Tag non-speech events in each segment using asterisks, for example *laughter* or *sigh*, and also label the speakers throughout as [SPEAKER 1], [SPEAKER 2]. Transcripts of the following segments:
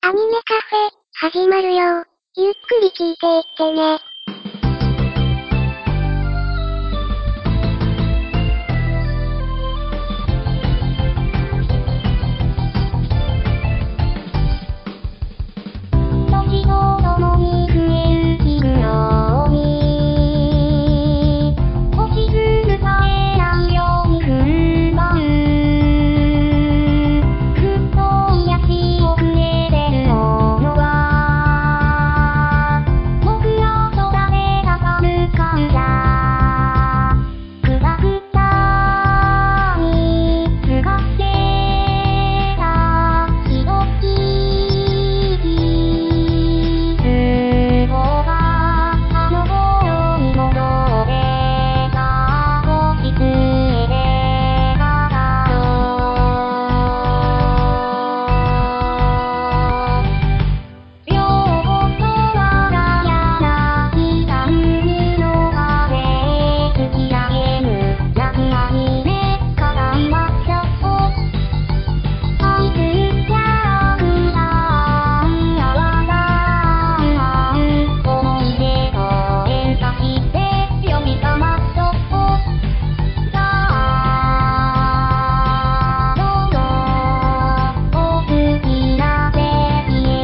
[SPEAKER 1] アニメカフェ、始まるよ。ゆっくり聞いていってね。時とともに増える日暮ように落ちずるさえないように踏ん張るふっと癒し遅れてるものは僕ら空で挟む感謝くらくたにすがってたひろきつぼがあの頃に戻れた星つえでたよ両方とはが柳田海の風突き上げるラブアニメ火山抹茶を愛するキャラクターあわたん思い出と連鎖して呼び覚ましをさあどうぞお好きな席へ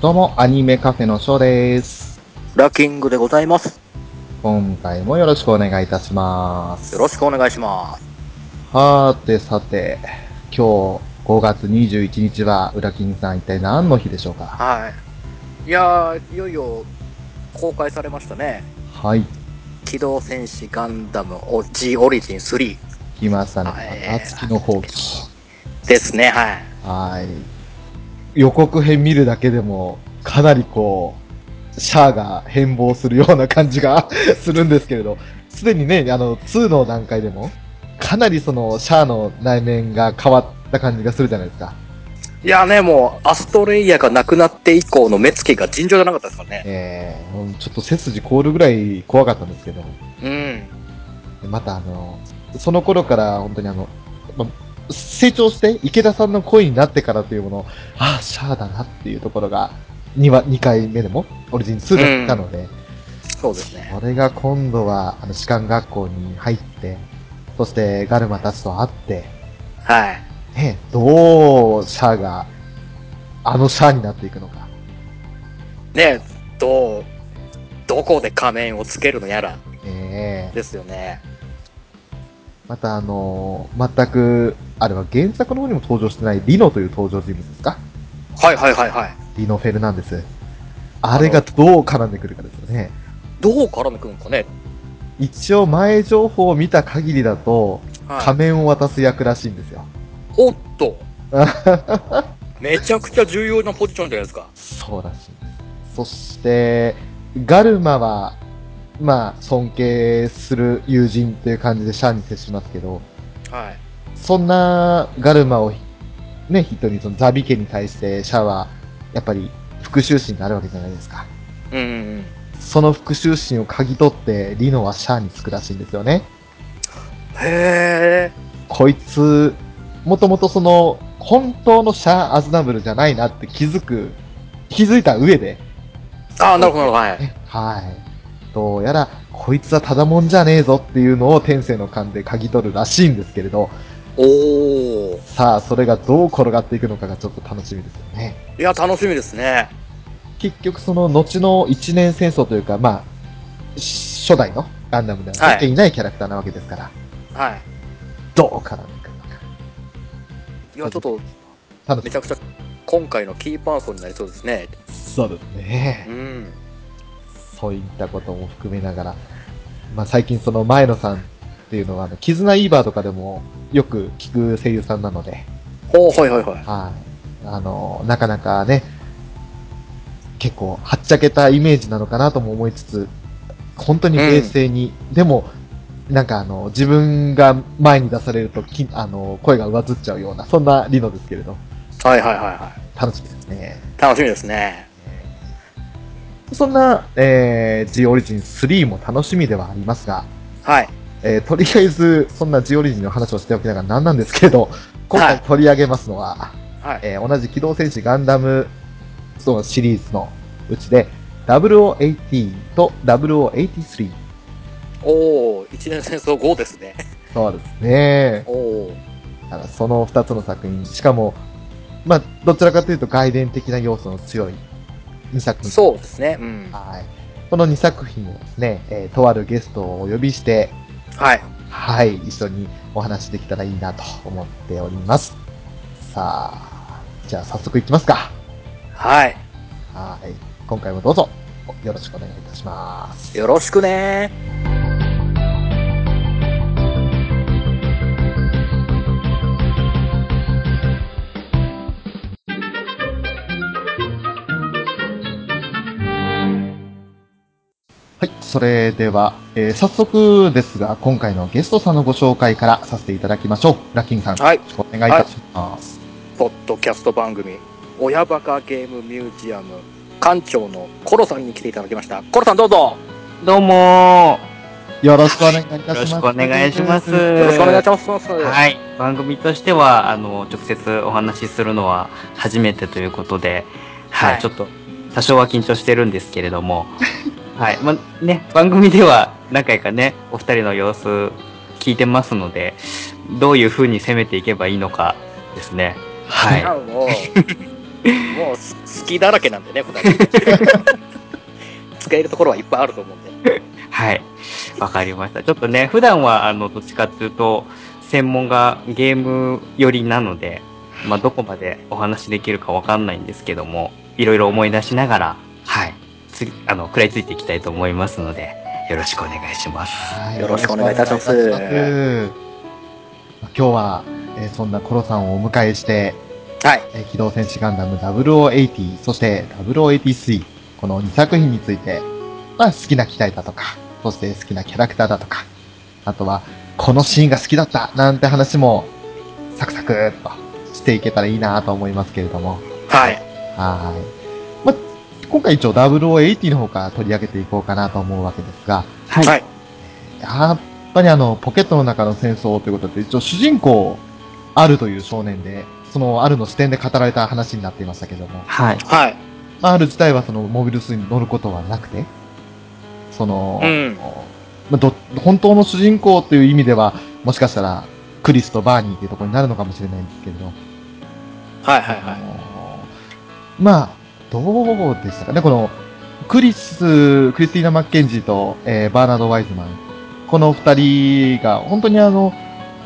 [SPEAKER 2] どうも、アニメカフェのショーです。
[SPEAKER 3] ラッキングでございます。
[SPEAKER 2] 今回もよろしくお願いいたします。
[SPEAKER 3] よろしくお願いします。
[SPEAKER 2] はーてさて、今日5月21日は、ウラキングさん一体何の日でしょうか
[SPEAKER 3] はい。いやー、いよいよ公開されましたね。
[SPEAKER 2] はい、
[SPEAKER 3] 機動戦士ガンダム G オリジン3
[SPEAKER 2] 来ましたね。
[SPEAKER 3] は
[SPEAKER 2] あ
[SPEAKER 3] い
[SPEAKER 2] つきの放棄。
[SPEAKER 3] ですね。はい。
[SPEAKER 2] はい。予告編見るだけでも、かなりこう、シャアが変貌するような感じが *laughs* するんですけれど、すでにね、あの、2の段階でも、かなりその、シャアの内面が変わった感じがするじゃないですか。
[SPEAKER 3] いやーね、もう、アストレイヤが亡くなって以降の目つきが尋常じゃなかったですからね。
[SPEAKER 2] ええちょっと背筋凍るぐらい怖かったんですけど、
[SPEAKER 3] うん。
[SPEAKER 2] またあの、その頃から本当にあの、ま成長して池田さんの恋になってからというもの、ああ、シャアだなっていうところが2話、2回目でも、オリジン2で来たので、
[SPEAKER 3] そうですね。
[SPEAKER 2] これが今度は、あの、士官学校に入って、そしてガルマたちと会って、
[SPEAKER 3] はい。
[SPEAKER 2] ね、どうシャアが、あのシャアになっていくのか。
[SPEAKER 3] ねどう、どこで仮面をつけるのやら、
[SPEAKER 2] ええ
[SPEAKER 3] ですよね。
[SPEAKER 2] またあのー全く、あれは原作の方にも登場してないリノという登場人物ですか
[SPEAKER 3] はいはいはいはい。
[SPEAKER 2] リノ・フェルナンデス。あれがどう絡んでくるかですよね。
[SPEAKER 3] どう絡んでくるのかね。
[SPEAKER 2] 一応前情報を見た限りだと、
[SPEAKER 3] はい
[SPEAKER 2] 仮面を渡す役らしいんですよ。
[SPEAKER 3] おっ *laughs* と。めちゃくちゃ重要なポジションじゃないですか。
[SPEAKER 2] そうらしいです。そして、ガルマは、まあ、尊敬する友人という感じでシャアに接しますけど、
[SPEAKER 3] はい。
[SPEAKER 2] そんなガルマをね、ヒットにそのザビ家に対してシャアは、やっぱり復讐心があるわけじゃないですか。
[SPEAKER 3] うんうんうん。
[SPEAKER 2] その復讐心を嗅ぎ取って、リノはシャアにつくらしいんですよね。
[SPEAKER 3] へえ。
[SPEAKER 2] こいつ、もともとその、本当のシャア・アズナブルじゃないなって気づく、気づいた上で、
[SPEAKER 3] ああ、なるほど、なるほどはい。
[SPEAKER 2] ねはい。どうやら、こいつはただもんじゃねえぞっていうのを天性の勘で嗅ぎ取るらしいんですけれど、
[SPEAKER 3] おお。
[SPEAKER 2] さあ、それがどう転がっていくのかがちょっと楽しみですよね。
[SPEAKER 3] いや、楽しみですね。
[SPEAKER 2] 結局その後の一年戦争というか、まあ、し初代のガンダムでは
[SPEAKER 3] はい
[SPEAKER 2] 出ていないキャラクターなわけですから、
[SPEAKER 3] は
[SPEAKER 2] どう絡んでくるのか。
[SPEAKER 3] い。いや、ちょっと、
[SPEAKER 2] 楽し
[SPEAKER 3] めちゃくちゃ、今回のキーパーソンになりそうですね。
[SPEAKER 2] み。そうです
[SPEAKER 3] う
[SPEAKER 2] ね。
[SPEAKER 3] ん。
[SPEAKER 2] そういったことも含めながら、まあ最近その前野さんっていうのは、あの、絆イーバーとかでもよく聞く声優さんなので、
[SPEAKER 3] ほう、はいはいはい。
[SPEAKER 2] はい。あの、なかなかね、結構、はっちゃけたイメージなのかなとも思いつつ、本当に冷静に、でも、なんかあの、自分が前に出されるとき、あの、声が上ずっちゃうような、そんなリノですけれど、
[SPEAKER 3] はいはいはいは
[SPEAKER 2] 楽しみですね。
[SPEAKER 3] い。楽しみですね。
[SPEAKER 2] そんな、えー、G オリジン3も楽しみではありますが、
[SPEAKER 3] はい。
[SPEAKER 2] えーとりあえず、そんな G オリジンの話をしておきながら何なんですけど、今
[SPEAKER 3] は
[SPEAKER 2] 回
[SPEAKER 3] い
[SPEAKER 2] 取り上げますのは、
[SPEAKER 3] はい。
[SPEAKER 2] えー同じ機動戦士ガンダムそのシリーズのうちで、0080と0083。
[SPEAKER 3] おお一年戦争5ですね。
[SPEAKER 2] そうですね。
[SPEAKER 3] おお
[SPEAKER 2] だからその2つの作品、しかも、まあ、どちらかというと外伝的な要素の強い2作品。
[SPEAKER 3] そうですね。うん。
[SPEAKER 2] はい。この2作品をですね、えーとあるゲストをお呼びして、
[SPEAKER 3] はい。
[SPEAKER 2] はい、一緒にお話できたらいいなと思っております。さあ、じゃあ早速いきますか。
[SPEAKER 3] はい。
[SPEAKER 2] はい。今回もどうぞ、よろしくお願いいたします。
[SPEAKER 3] よろしくね
[SPEAKER 2] はい、それでは、えー早速ですが、今回のゲストさんのご紹介からさせていただきましょう。ラッキンさん、よ
[SPEAKER 3] はい。
[SPEAKER 2] ろしくお願いいたします。
[SPEAKER 3] ポッドキャスト番組、親バカゲームミュージアム、館長のコロさんに来ていただきました。コロさんどうぞ
[SPEAKER 4] どうも
[SPEAKER 2] よろしくお願いいたします。
[SPEAKER 4] よろしくお願いします
[SPEAKER 3] よろしくお願いします。
[SPEAKER 4] ーはい番組としてはあの直接お話しするのは初めてということではい、
[SPEAKER 3] はい
[SPEAKER 4] ちょっと多少は緊張してるんですけれども *laughs* はいまね番組では何回かねお二人の様子聞いてますのでどういう風に攻めていけばいいのかですねはい
[SPEAKER 3] あもう、もうす好きだらけなんでね、二 *laughs* 人。使えるところはいっぱいあると思うんで。
[SPEAKER 4] はい。わかりました。ちょっとね、普段は、あの、どっちかっていうと、専門がゲーム寄りなので、まあ、どこまでお話しできるかわかんないんですけども、いろいろ思い出しながら、はい。つあの、食らいついていきたいと思いますので、よろしくお願いします。
[SPEAKER 2] はい
[SPEAKER 3] よろしくお願いいたします
[SPEAKER 2] よろくお願いいたします今日は、えーそんなコロさんをお迎えして、
[SPEAKER 3] はい。
[SPEAKER 2] えー機動戦士ガンダム0080、そして0083、この2作品について、まあ、好きな機体だとか、そして好きなキャラクターだとか、あとは、このシーンが好きだった、なんて話も、サクサクっとしていけたらいいなと思いますけれども。
[SPEAKER 3] はい。
[SPEAKER 2] はーい。まあ、今回一応0080の方から取り上げていこうかなと思うわけですが、
[SPEAKER 4] はい。
[SPEAKER 3] はい。
[SPEAKER 2] やっぱりあの、ポケットの中の戦争ということで、一応主人公、あるという少年で、そのあるの視点で語られた話になっていましたけども、
[SPEAKER 4] はい。
[SPEAKER 3] はい。
[SPEAKER 2] まあ、ある自体はそのモビルスーツに乗ることはなくて、その、
[SPEAKER 3] うん
[SPEAKER 2] まあど本当の主人公という意味では、もしかしたら、クリスとバーニーというところになるのかもしれないんですけれど、
[SPEAKER 3] はいはいは
[SPEAKER 2] あ
[SPEAKER 3] い。
[SPEAKER 2] のーまあ、どうでしたかね、この、クリス、クリスティーナ・マッケンジーと、えーバーナード・ワイズマン、この二人が、本当にあの、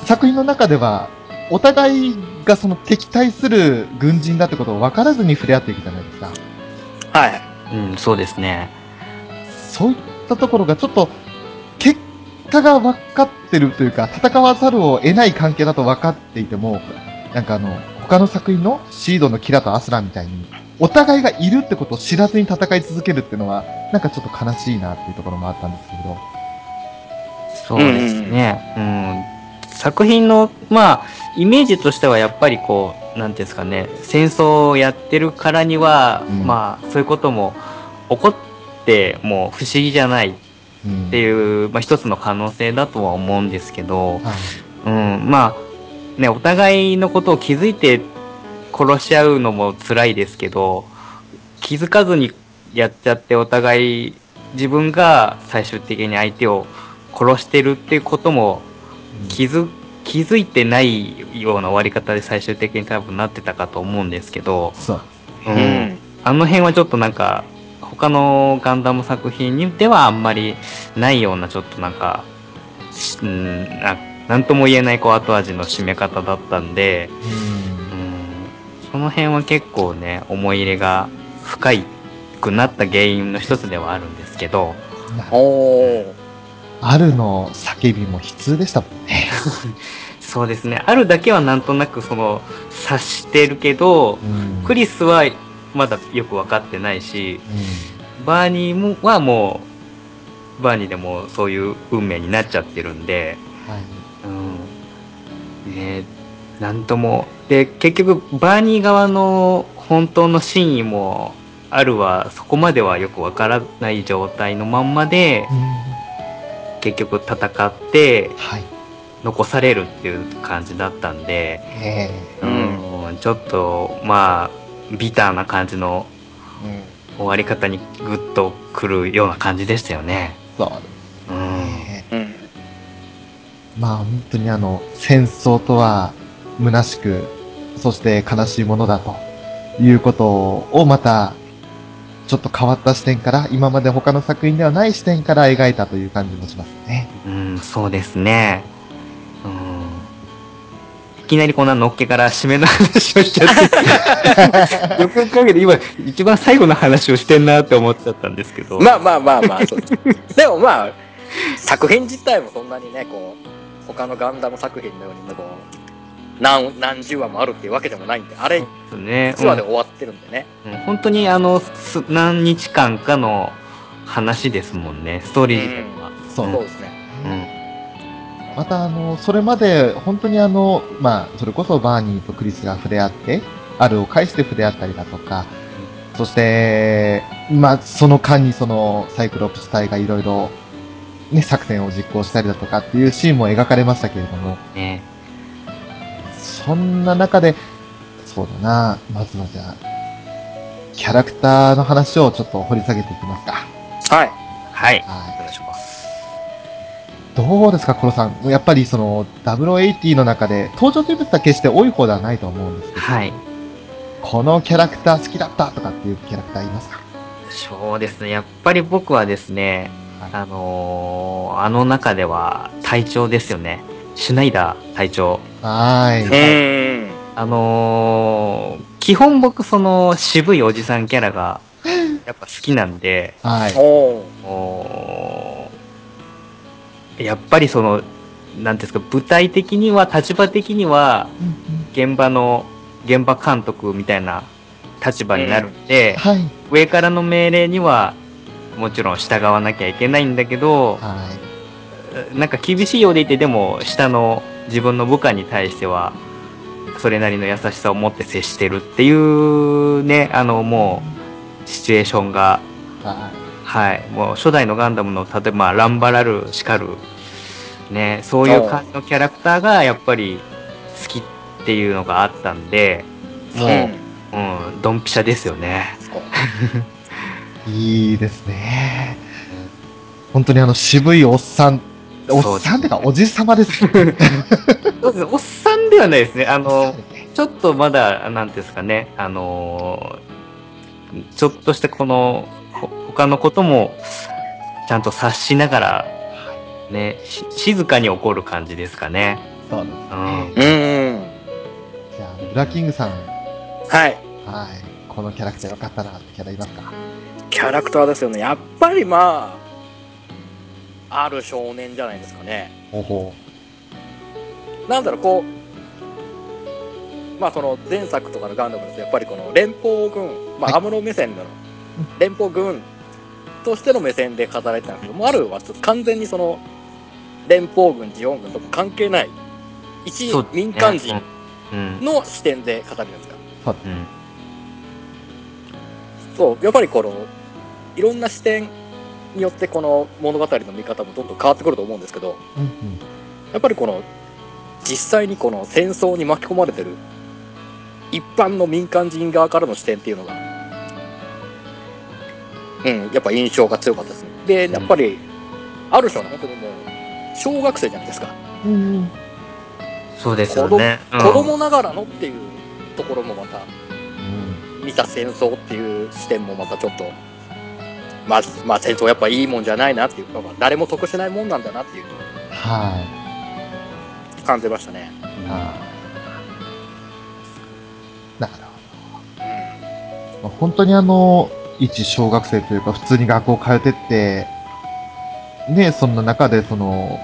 [SPEAKER 2] 作品の中では、お互いがその敵対する軍人だってことを分からずに触れ合っていくじゃないですか。
[SPEAKER 3] はい。
[SPEAKER 4] うん、そうですね。
[SPEAKER 2] そういったところがちょっと、結果が分かってるというか、戦わざるを得ない関係だと分かっていても、なんかあの、他の作品のシードのキラとアスランみたいに、お互いがいるってことを知らずに戦い続けるっていうのは、なんかちょっと悲しいなっていうところもあったんですけど。
[SPEAKER 4] そうですね。うん。作品の、まあ、イメージとしてはやっぱりこう、なんていうんですかね、戦争をやってるからには、
[SPEAKER 2] うん
[SPEAKER 4] まあ、そういうことも起こっても不思議じゃないっ
[SPEAKER 2] うん。
[SPEAKER 4] て
[SPEAKER 2] う。
[SPEAKER 4] いう、まあ一つの可能性だとは思うんですけ
[SPEAKER 2] は
[SPEAKER 4] ど、
[SPEAKER 2] い。
[SPEAKER 4] うん、まあ、ね、お互いのことを気づいて殺し合うのも辛いですけど、気づかずにやっちゃってお互い自分が最終的に相手を殺してるっていうことも気づ、気づいてないような終わり方で最終的に多分なってたかと思うんですけど、
[SPEAKER 2] そう。
[SPEAKER 3] う
[SPEAKER 4] う
[SPEAKER 3] んん。
[SPEAKER 4] あの辺はちょっとなんか、他のガンダム作品にではあんまりないような、ちょっとなんか、しうん、ななんとも言えないこう後味の締め方だったんで、
[SPEAKER 2] うん
[SPEAKER 4] うん、その辺は結構ね、思い入れが深いくなった原因の一つではあるんですけど、
[SPEAKER 3] おー。
[SPEAKER 2] あるの叫びも悲痛でしたもんね。
[SPEAKER 4] そうですね、あるだけはなんとなくその、察してるけど、
[SPEAKER 2] うん
[SPEAKER 4] クリスはまだよくわかってないし、
[SPEAKER 2] う
[SPEAKER 4] バーニーもはもう、バーニーでもそういう運命になっちゃってるんで、
[SPEAKER 2] んはい。
[SPEAKER 4] うん。ねえなんとも。で、結局、バーニー側の本当の真意もあるはそこまではよくわからない状態のまんまで結局戦って
[SPEAKER 2] はい。
[SPEAKER 4] 残されるっていう感じだったんで、
[SPEAKER 2] ええ
[SPEAKER 3] うん
[SPEAKER 4] うんちょっとまあビターな感じの
[SPEAKER 2] うん。
[SPEAKER 4] 終わり方にグッとくるような感じでしたよね。
[SPEAKER 2] そう
[SPEAKER 4] うん
[SPEAKER 2] ね。
[SPEAKER 3] うん。
[SPEAKER 2] まあ本当にあの、戦争とは虚しく、そして悲しいものだということをまた、ちょっと変わった視点から、今まで他の作品ではない視点から描いたという感じもしますね。
[SPEAKER 4] うん、そうですね。うん。いきなりこんなのっけから締めの話をしちゃ
[SPEAKER 3] *laughs*
[SPEAKER 4] って。よく考えて今、一番最後の話をしてんなって思っちゃったんですけど。
[SPEAKER 3] まあまあまあまあ、そうです。でもまあ、作品自体もそんなにね、こう、他のガンダム作品のように、こう、何、何十話もあるっていうわけでもないんで、あれ、
[SPEAKER 4] そうね。
[SPEAKER 3] 1話で終わってるんでね。
[SPEAKER 4] うんうん本当にあの、す何日間かの話ですもんね、ストーリー自体は。
[SPEAKER 2] そ
[SPEAKER 3] そうですね。
[SPEAKER 4] うん。
[SPEAKER 2] またあの、それまで本当にあの、まあ、それこそバーニーとクリスが触れ合って、あるを介して触れ合ったりだとか、そして、まあ、その間にそのサイクロプス隊がいろいろ、ね、作戦を実行したりだとかっていうシーンも描かれましたけれども、
[SPEAKER 4] ね。
[SPEAKER 2] そんな中で、そうだな、まずはじゃあ、キャラクターの話をちょっと掘り下げていきますか。
[SPEAKER 3] はい。
[SPEAKER 4] は
[SPEAKER 2] は
[SPEAKER 4] い。
[SPEAKER 2] い。
[SPEAKER 3] お願いします。
[SPEAKER 2] どうですか、コロさん。やっぱりその、0080の中で、登場人物は決して多い方ではないと思うんですけど、
[SPEAKER 4] はい。
[SPEAKER 2] このキャラクター好きだったとかっていうキャラクターいますか
[SPEAKER 4] そうですね。やっぱり僕はですね、
[SPEAKER 2] はい
[SPEAKER 4] あのーあの中では隊長ですよね。シュナイダー隊長。
[SPEAKER 2] はーい。
[SPEAKER 3] うーん。
[SPEAKER 4] あのー基本僕その渋いおじさんキャラがやっぱ好きなんで、
[SPEAKER 2] はい。
[SPEAKER 3] おー
[SPEAKER 4] おーやっぱりその、なんていうんですか、舞台的には、立場的には、
[SPEAKER 2] うん
[SPEAKER 4] 現場の、現場監督みたいな立場になるんで、
[SPEAKER 2] はい。
[SPEAKER 4] 上からの命令には、もちろん従わなきゃいけないんだけど、
[SPEAKER 2] はい。
[SPEAKER 4] なんか厳しいようでいて、でも下の自分の部下に対しては、それなりの優しさを持って接してるっていうね、あのもう、シチュエーションが、
[SPEAKER 2] は
[SPEAKER 4] はい、もう初代のガンダムの、例えばランバラル、シカル、ね、そういう感じのキャラクターがやっぱり好きっていうのがあったんで、もう、うん、ドンピシャですよね。
[SPEAKER 2] い。いいですね。本当にあの渋いおっさん、おっさんってかおじさまですね。
[SPEAKER 4] そうですねおっさんではないですね。あの、
[SPEAKER 2] ね
[SPEAKER 4] ちょっとまだ、なんていうんですかね、あのーちょっとしたこの、ほ他のことも、ちゃんと察しながら、ね、し静かに起こる感じですかね。
[SPEAKER 2] そうです
[SPEAKER 4] う
[SPEAKER 2] ね
[SPEAKER 4] ん。
[SPEAKER 3] うーん。
[SPEAKER 2] じゃあ、ブラキングさん、
[SPEAKER 3] はい。
[SPEAKER 2] はい。このキャラクター良かったなってキャラいますか
[SPEAKER 3] キャラクターですよね。やっぱりまあ、ある少年じゃないですかね。
[SPEAKER 2] ほうほ
[SPEAKER 3] なんだろう、こう、まあその前作とかのガンダムですとやっぱりこの連邦軍、ま
[SPEAKER 2] はい
[SPEAKER 3] あアムロ目線での、連邦軍としての目線で語られてたんですけど、もうあるは完全にその、連邦軍、ジオン軍とか関係ない、一
[SPEAKER 4] そうですね
[SPEAKER 3] 民間人。
[SPEAKER 4] うん。
[SPEAKER 3] の視点で語るじゃないですか。
[SPEAKER 4] うん。
[SPEAKER 3] そう、やっぱりこの、いろんな視点によってこの物語の見方もどんどん変わってくると思うんですけど、
[SPEAKER 2] う。うん
[SPEAKER 3] やっぱりこの実際にこの戦争に巻き込まれてる一般の民間人側からの視点っていうのが、うん、やっぱ印象が強かったですね。で、やっぱり、ある種はね、本当にもう、小学生じゃないですか。
[SPEAKER 2] うん。うんうん。
[SPEAKER 4] そうです
[SPEAKER 3] 子
[SPEAKER 4] よ
[SPEAKER 3] 供
[SPEAKER 4] ね。うん
[SPEAKER 3] 子供ながらのっていうところもまた、
[SPEAKER 2] うん
[SPEAKER 3] 見た戦争っていう視点もまたちょっと、まあ、まあ戦争やっぱいいもんじゃないなっていうか、誰も得しないもんなんだなっていう
[SPEAKER 2] は
[SPEAKER 3] 感じましたね。
[SPEAKER 2] い。あーなるほど。まあ本当にあの、一小学生というか、普通に学校通ってって、ね、そんな中で、その、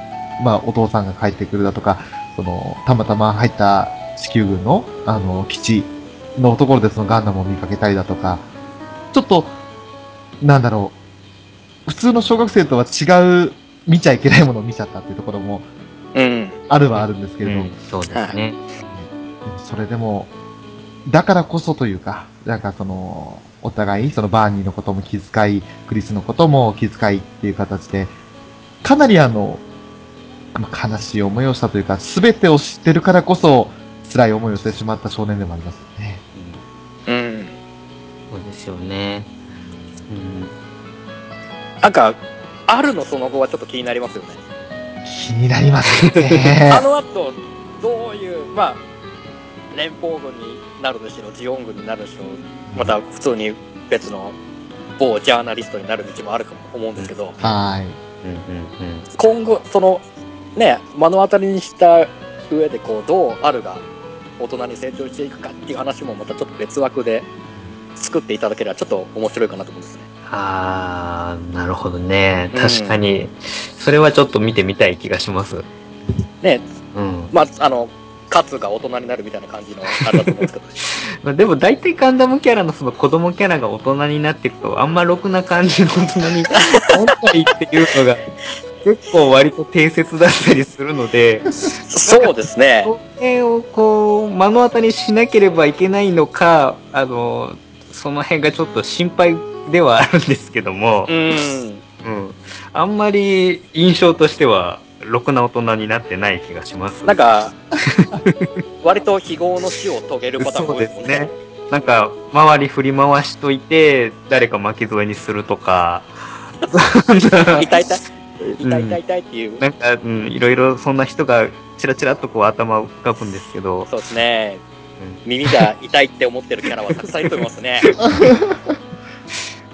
[SPEAKER 2] まあ、お父さんが帰ってくるだとか、その、たまたま入った地球軍の、あの、基地のところでそのガンダムを見かけたりだとか、ちょっと、なんだろう、普通の小学生とは違う、見ちゃいけないものを見ちゃったっていうところも
[SPEAKER 3] うん。
[SPEAKER 2] あるはあるんですけれど、
[SPEAKER 4] うんそうです
[SPEAKER 2] で
[SPEAKER 4] ね。
[SPEAKER 2] もそれでも、だからこそというか、なんかその、お互い、そのバーニーのことも気遣い、クリスのことも気遣いっていう形で、かなりあの、まあ悲しい思いをしたというか、すべてを知ってるからこそ、辛い思いをしてしまった少年でもありますよね。
[SPEAKER 3] うん。
[SPEAKER 4] そうですよね。うん。
[SPEAKER 3] なんか、あるのその後はちょっと気になりますよね。
[SPEAKER 2] 気になります
[SPEAKER 3] あ
[SPEAKER 2] ね。
[SPEAKER 3] の後、どういう、まあ、連邦軍になるにしろ、ジオン軍になるにしろ、 *laughs* また普通に別の某ジャーナリストになる道もあるかも思うんですけど、
[SPEAKER 2] はい。
[SPEAKER 4] うんうんうん。
[SPEAKER 3] 今後、その、ね、目の当たりにした上で、こう、どうあるが大人に成長していくかっていう話もまたちょっと別枠で作っていただければちょっと面白いかなと思うんですね。
[SPEAKER 4] あー、なるほどね。
[SPEAKER 3] うん
[SPEAKER 4] 確かに、それはちょっと見てみたい気がします。
[SPEAKER 3] ね、
[SPEAKER 4] うん。
[SPEAKER 3] まあ、あの、勝が大人になるみたいな感じのあれだと思うんですけど、
[SPEAKER 4] まあ、でも大体ガンダムキャラのその子供キャラが大人になっていくと、あんまろくな感じの大人に本体っていう
[SPEAKER 3] *laughs*
[SPEAKER 4] のが、結構割と定説だったりするので、
[SPEAKER 3] そうですね。
[SPEAKER 4] それをこう、目の当たりにしなければいけないのか、あの、その辺がちょっと心配ではあるんですけども
[SPEAKER 3] う、ん。
[SPEAKER 4] うん。あんまり印象としては、ろくな大人になってない気がします。
[SPEAKER 3] なんか、割と非業の死を遂げるパターンが
[SPEAKER 4] そう
[SPEAKER 3] 多い
[SPEAKER 4] で
[SPEAKER 3] ですすもん
[SPEAKER 4] ね
[SPEAKER 3] ね。。
[SPEAKER 4] なんか、周り振り回しといて、誰か巻き添えにするとか、 *laughs*
[SPEAKER 3] 痛い痛い、
[SPEAKER 4] うん
[SPEAKER 3] 痛い痛い痛いっていう。
[SPEAKER 4] なんか、うん、いろいろそんな人が、ちらちらっとこう頭を浮かぶんですけど、
[SPEAKER 3] そうですね。耳が痛いって思ってるキャラはたくさんいると思います
[SPEAKER 4] *laughs*
[SPEAKER 3] ね。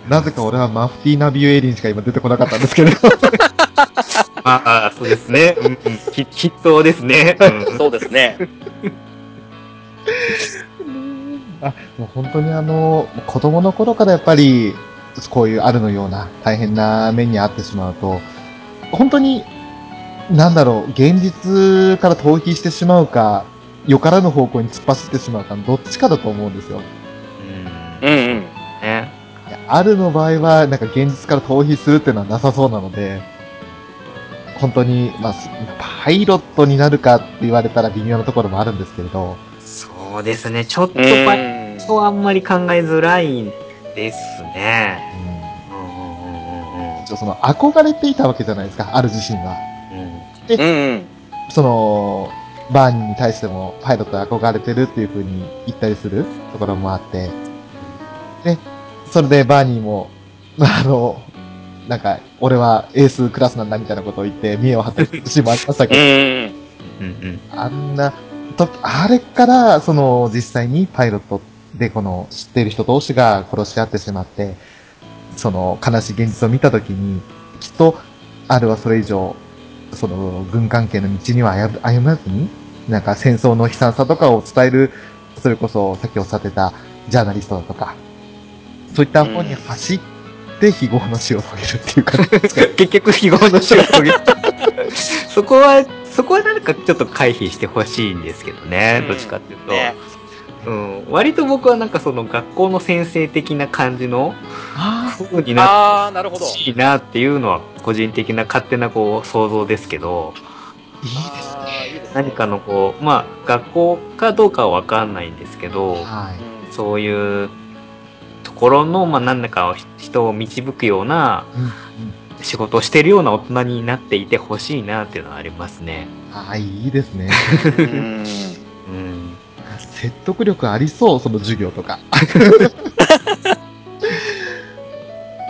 [SPEAKER 2] なぜか俺はマフティーナビュエリンしか今出てこなかったんですけど。
[SPEAKER 4] ああ、そうですね。うん、うん、き筆頭ですね。うん
[SPEAKER 3] そうですね。
[SPEAKER 2] あ、もう本当にあの、子供の頃からやっぱり、こういうあるのような大変な目に遭ってしまうと、本当に、なんだろう、現実から逃避してしまうか、よからぬ方向に突っ走ってしまうか、どっちかだと思うんですよ。
[SPEAKER 4] うん
[SPEAKER 3] うんうん。
[SPEAKER 4] ね。
[SPEAKER 2] いやあるの場合は、なんか現実から逃避するっていうのはなさそうなので、本当に、まあ、すパイロットになるかって言われたら微妙なところもあるんですけれど、
[SPEAKER 4] そうですね。ちょっと
[SPEAKER 3] う
[SPEAKER 4] パイ
[SPEAKER 3] ん
[SPEAKER 4] ロットはあんまり考えづらいです
[SPEAKER 2] う
[SPEAKER 4] ね。
[SPEAKER 2] ん、
[SPEAKER 4] うんうんうんうん
[SPEAKER 2] 一応その憧れていたわけじゃないですか、ある自身は。
[SPEAKER 4] うん
[SPEAKER 3] うん。
[SPEAKER 2] その、バーニーに対してもパイロットは憧れてるっていう風に言ったりするところもあって、ね、それでバーニーも、 *laughs* あの、なんか、俺はエースクラスなんだみたいなことを言って、見栄を張ってるシーンもありました
[SPEAKER 3] う
[SPEAKER 2] けど、
[SPEAKER 3] ん。
[SPEAKER 4] うん
[SPEAKER 2] あんな、と、あれから、その、実際にパイロットで、この、知っている人同士が殺し合ってしまって、その、悲しい現実を見たときに、きっと、あるはそれ以上、その、軍関係の道には歩歩まずに、なんか戦争の悲惨さとかを伝える、それこそ、さっきおっしゃってた、ジャーナリストだとか、そういった方に走って、非業の死を遂げるっていうか、
[SPEAKER 4] *laughs* 結局、非業の仕
[SPEAKER 3] *laughs*
[SPEAKER 4] 事にそこは、そこはなんかちょっと回避してほしいんですけどね、
[SPEAKER 3] うん
[SPEAKER 4] どっちかっていうと、
[SPEAKER 3] ね。
[SPEAKER 4] うん。割と僕はなんかその学校の先生的な感じの風になっ
[SPEAKER 3] ああ、なるほ
[SPEAKER 4] て
[SPEAKER 3] ど
[SPEAKER 4] ほ。しいなっていうのは、個人的な勝手なこう想像ですけど、
[SPEAKER 2] いいです。
[SPEAKER 3] あーいいですね
[SPEAKER 4] 何かのこう、まあ、学校かどうかはわかんないんですけど、
[SPEAKER 2] は。
[SPEAKER 3] う
[SPEAKER 4] そういうところの、まあ、何らかを人を導くようない
[SPEAKER 2] うんうん
[SPEAKER 4] 仕事をしてるような大人になっていてほしいなっていうのはありますね。
[SPEAKER 2] ああ、いいですね。
[SPEAKER 3] ん。
[SPEAKER 4] うん。
[SPEAKER 2] 説得力ありそう、その授業
[SPEAKER 4] *laughs*
[SPEAKER 2] とか。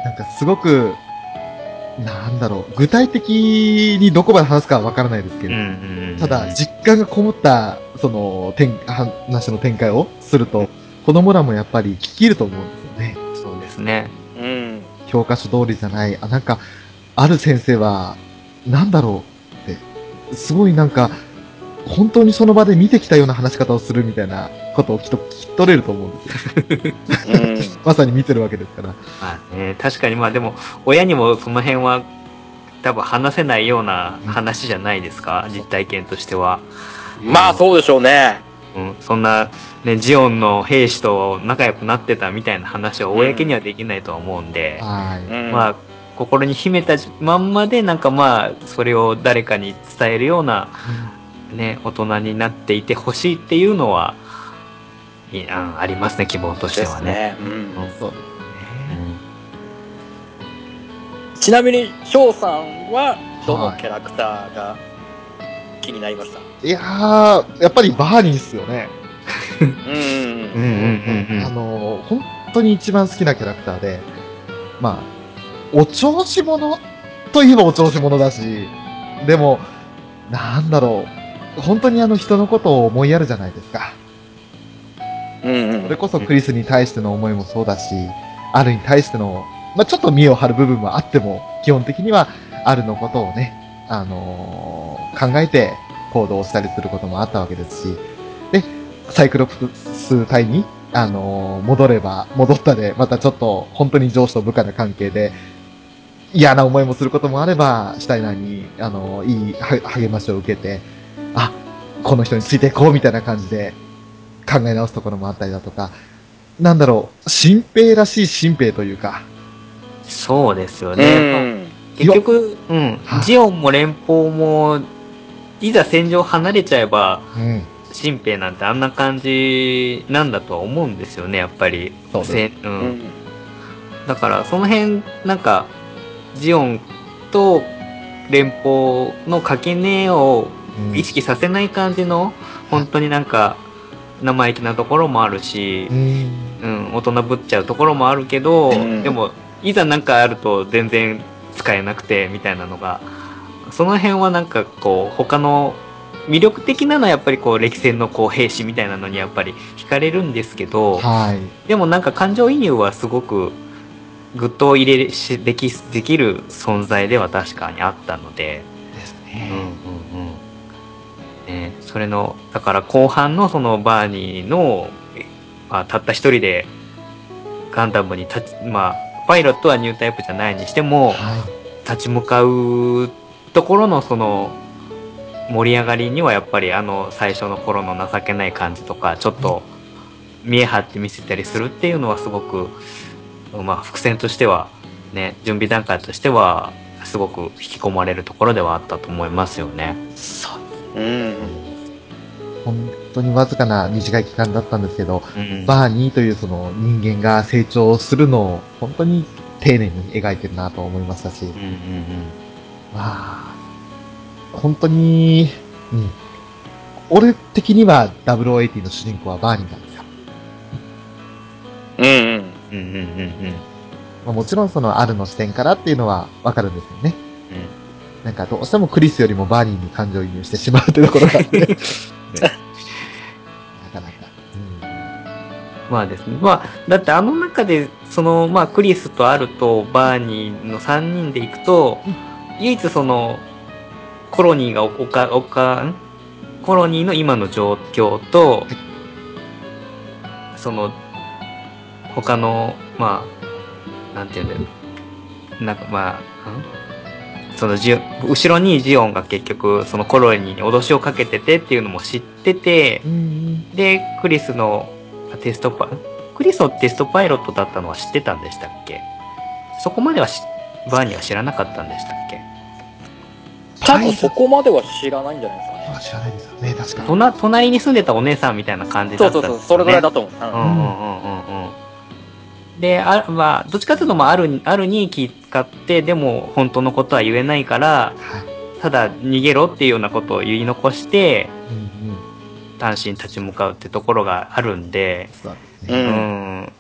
[SPEAKER 2] なんかすごく、なんだろう、具体的にどこまで話すかはわからないですけ
[SPEAKER 4] う
[SPEAKER 2] ど、
[SPEAKER 4] ん。
[SPEAKER 2] ただ、実感がこもった、その、展話の展開をすると、子供らもやっぱり聞き入ると思うんですよね。
[SPEAKER 4] そうですね。
[SPEAKER 3] うん。
[SPEAKER 2] 教科書通りじゃない、あ、なんか、ある先生は、なんだろうって、すごいなんか、本当にその場で見てきたような話し方をするみたいなことをきっと聞き取れると思うんですよ。
[SPEAKER 3] うん。
[SPEAKER 2] まさに見てるわけですから。
[SPEAKER 4] まあね、確かにまあでも、親にもその辺は多分話せないような話じゃないですか、実体験としては。
[SPEAKER 3] まあ、そうでしょうね。
[SPEAKER 4] うん、そんな、ね、ジオンの兵士と仲良くなってたみたいな話は公にはできないとは思うんで、
[SPEAKER 2] はい。
[SPEAKER 3] うん
[SPEAKER 4] まあ、心に秘めたまんまで、なんかまあ、それを誰かに伝えるような、ね、大人になっていてほしいっていうのは、いあありますね、希望として
[SPEAKER 3] で
[SPEAKER 4] は
[SPEAKER 3] す
[SPEAKER 4] ね。
[SPEAKER 3] ね。うん。
[SPEAKER 2] そうです
[SPEAKER 3] ちなみに翔さんはどのキャラクターが気になりました、
[SPEAKER 2] いやー、やっぱりバーニーっすよね。
[SPEAKER 3] うん
[SPEAKER 4] うんうんうん
[SPEAKER 2] あのー、本当に一番好きなキャラクターで、まあ、お調子者といえばお調子者だし、でも、なんだろう、本当にあの人のことを思いやるじゃないですか。
[SPEAKER 3] うんうん
[SPEAKER 2] それこそクリスに対しての思いもそうだし、アルに対しての、まあ、ちょっと見栄を張る部分はあっても、基本的にはアルのことをね、あのー考えて行動したりすることもあったわけですし、で、サイクロプス隊に、あのー戻れば、戻ったで、またちょっと本当に上司と部下の関係で、嫌な思いもすることもあれば、シュタイナーに、あのーいいは励ましを受けて、あ、この人についていこうみたいな感じで、考え直すところもあったりだとか、なんだろう、新兵らしい新兵というか、
[SPEAKER 4] そうですよ
[SPEAKER 3] う
[SPEAKER 4] ね。
[SPEAKER 3] ん
[SPEAKER 4] 結局、うん
[SPEAKER 2] はい、
[SPEAKER 4] ジオンも連邦も、いざ戦場離れちゃえば、
[SPEAKER 2] うん。
[SPEAKER 4] 新兵なんてあんな感じなんだとは思うんですよね、やっぱり。
[SPEAKER 2] そうです
[SPEAKER 4] せんう
[SPEAKER 3] うんん
[SPEAKER 4] だからその辺なんかジオンと連邦の垣根を
[SPEAKER 2] うん
[SPEAKER 4] 意識させない感じの本当になんか生意気なところもあるし
[SPEAKER 2] う、ん。
[SPEAKER 4] うん、大人ぶっちゃうところもあるけど、
[SPEAKER 3] うん
[SPEAKER 4] でもいざなんかあると全然使えなくてみたいなのがその辺はなんかこう他の魅力的なのはやっぱりこう歴戦のこう兵士みたいなのにやっぱり惹かれるんですけど、
[SPEAKER 2] はい。
[SPEAKER 4] でもなんか感情移入はすごくグッと入れしできできる存在では確かにあったの
[SPEAKER 2] で
[SPEAKER 4] で、
[SPEAKER 2] す
[SPEAKER 4] うん
[SPEAKER 2] ね。
[SPEAKER 4] うんうんね、それのだから後半のそのバーニーの、えまあ、たった一人でガンダムに立ちまあパイロットはニュータイプじゃないにしても
[SPEAKER 2] はい。
[SPEAKER 4] 立ち向かうところのその盛り上がりにはやっぱりあの最初の頃の情けない感じとかちょっと見え張って見せたりするっていうのはすごく、まあ、伏線としてはね準備段階としてはすごく引き込まれるところではあったと思いますよね。
[SPEAKER 2] そう。
[SPEAKER 3] うん
[SPEAKER 2] 本当にわずかな短い期間だったんですけど、
[SPEAKER 4] うん
[SPEAKER 2] バーニーというその人間が成長するのを本当に丁寧に描いてるなと思いましたし、
[SPEAKER 4] うんうん
[SPEAKER 2] まあ、本当に、うん。俺的には0080の主人公はバーニーなんですよ。
[SPEAKER 3] うんうん
[SPEAKER 4] うんうんうんうんうん
[SPEAKER 2] まあ、もちろんそのあるの視点からっていうのはわかるんですよね。
[SPEAKER 4] うん
[SPEAKER 2] なんかどうしてもクリスよりもバーニーに感情移入してしまうってところがあって。
[SPEAKER 4] *laughs*
[SPEAKER 2] ねなかなか。
[SPEAKER 4] まあですね。まあ、だってあの中で、その、まあ、クリスとアルとバーニーの3人で行くと、唯一その、コロニーがおか、おか、んコロニーの今の状況と、その、他の、まあ、なんていうんだよ。なんかまあ、んそのジオ後ろにジオンが結局、そのコロニーに脅しをかけててっていうのも知ってて、
[SPEAKER 2] うん。うん。
[SPEAKER 4] で、クリスのあテストパ、クリスのテストパイロットだったのは知ってたんでしたっけそこまではしバーニーは知らなかったんでしたっけ
[SPEAKER 3] 多分そこまでは知らないんじゃないですかね
[SPEAKER 2] は知らないですよね、確かに。
[SPEAKER 4] 隣隣に住んでたお姉さんみたいな感じだ
[SPEAKER 3] そ
[SPEAKER 4] っ
[SPEAKER 3] う
[SPEAKER 4] た
[SPEAKER 3] そう
[SPEAKER 4] んです
[SPEAKER 3] そう
[SPEAKER 4] よ
[SPEAKER 3] それぐらいだ
[SPEAKER 4] ね
[SPEAKER 3] と思う、う
[SPEAKER 4] うんんうんうんうんうん。で、あまあ、どっちかというと、まあ、ある、あるに気使って、でも、本当のことは言えないから、
[SPEAKER 2] はい。
[SPEAKER 4] ただ、逃げろっていうようなことを言い残して、
[SPEAKER 2] うんうん。
[SPEAKER 4] 単身立ち向かうってところがあるんで、
[SPEAKER 2] そうです
[SPEAKER 3] う
[SPEAKER 2] ね。
[SPEAKER 4] うん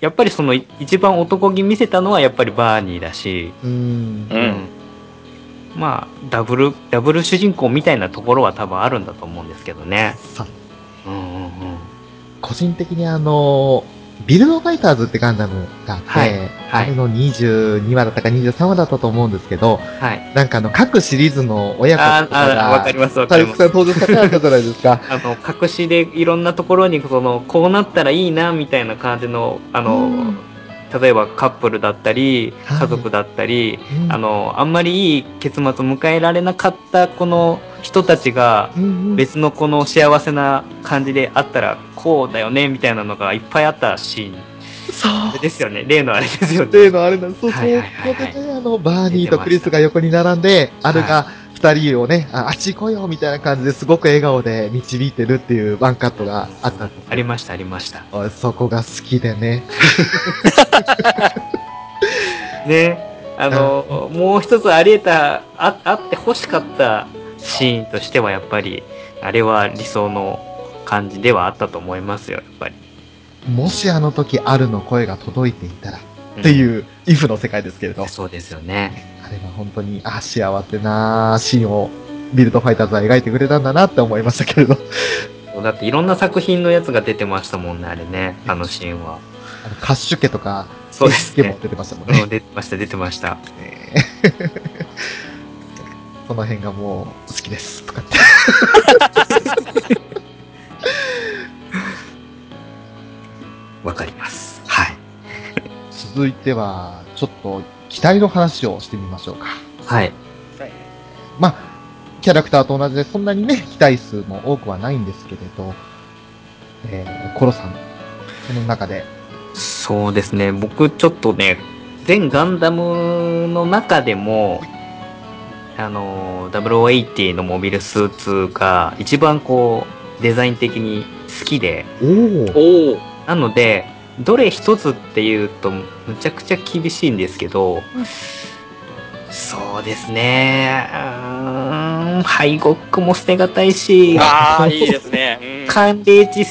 [SPEAKER 4] やっぱりそのい一番男気見せたのはやっぱりバーニーだし、
[SPEAKER 2] うん。
[SPEAKER 3] うん
[SPEAKER 4] まあダブルダブル主人公みたいなところは多分あるんだと思うんですけどね。
[SPEAKER 2] さ
[SPEAKER 4] うんうんうん、
[SPEAKER 2] 個人的にあの、ビルドファイターズってガンダムがあって、
[SPEAKER 4] はいはい
[SPEAKER 2] あれの22話だったか23話だったと思うんですけど、
[SPEAKER 4] はい。
[SPEAKER 2] なんかあの、各シリーズの親子
[SPEAKER 4] あ
[SPEAKER 2] とか
[SPEAKER 4] あ
[SPEAKER 2] が、
[SPEAKER 4] わかりますわか
[SPEAKER 2] 体育
[SPEAKER 4] りま
[SPEAKER 2] さん
[SPEAKER 4] す。
[SPEAKER 2] 登場されてあったじゃないですか。
[SPEAKER 4] あの隠しでいろんなところにそのこうなったらいいなみたいな感じのあの、
[SPEAKER 2] うん
[SPEAKER 4] 例えばカップルだったり
[SPEAKER 2] はい
[SPEAKER 4] 家族だったり、
[SPEAKER 2] うん
[SPEAKER 4] *laughs* あのあんまりいい結末を迎えられなかったこの人たちが
[SPEAKER 2] うんうん
[SPEAKER 4] 別のこの幸せな感じであったらこうだよねみたいなのがいっぱいあったシーン
[SPEAKER 2] そう。
[SPEAKER 4] あれですよね例のあれですよね
[SPEAKER 2] 例のあれなんです。そうそう。
[SPEAKER 4] はいはいはいはい
[SPEAKER 2] そこでね、あの、バーニーとクリスが横に並んで、あるが二人をね、ああっち行こうよ、みたいな感じですごく笑顔で導いてるっていうワンカットがあったんです
[SPEAKER 4] ありましたありました
[SPEAKER 2] 俺そこが好きでね。
[SPEAKER 4] ねあの、もう一つあり得た、ああって欲しかったシーンとしてはやっぱり、あれは理想の感じではあったと思いますよ、やっぱり。
[SPEAKER 2] もしあの時、あるの声が届いていたら、
[SPEAKER 4] うん
[SPEAKER 2] っていう、イフの世界ですけれど。
[SPEAKER 4] そうですよね。
[SPEAKER 2] あれは本当に、あ、幸せなシーンを、ビルドファイターズは描いてくれたんだなって思いましたけれ
[SPEAKER 4] *laughs*
[SPEAKER 2] ど。
[SPEAKER 4] だっていろんな作品のやつが出てましたもんね、あれね、あのシーンは。
[SPEAKER 2] あのカッシュ家とか、
[SPEAKER 4] そうです
[SPEAKER 2] ケイスケも
[SPEAKER 4] ね。
[SPEAKER 2] 出てましたもん
[SPEAKER 4] う
[SPEAKER 2] ね
[SPEAKER 4] ん。出てました、出てました。
[SPEAKER 2] その辺がもう、好きです。とかって。
[SPEAKER 4] わかります。はい。
[SPEAKER 2] 続いては、ちょっと、期待の話をしてみましょうか。
[SPEAKER 4] はい。
[SPEAKER 3] はい
[SPEAKER 2] まあ、キャラクターと同じで、そんなにね、期待数も多くはないんですけれど、えー、コロさん、その中で、
[SPEAKER 4] そうですね、僕ちょっとね、全ガンダムの中でも、あの、0080のモビルスーツが一番こう、デザイン的に好きで、
[SPEAKER 2] おー、
[SPEAKER 3] おお
[SPEAKER 4] なので、どれ一つっていうと、むちゃくちゃ厳しいんですけど、そうですね、うーん、敗北も捨てがたいし、
[SPEAKER 3] ああいいですね、うん
[SPEAKER 4] 寒冷地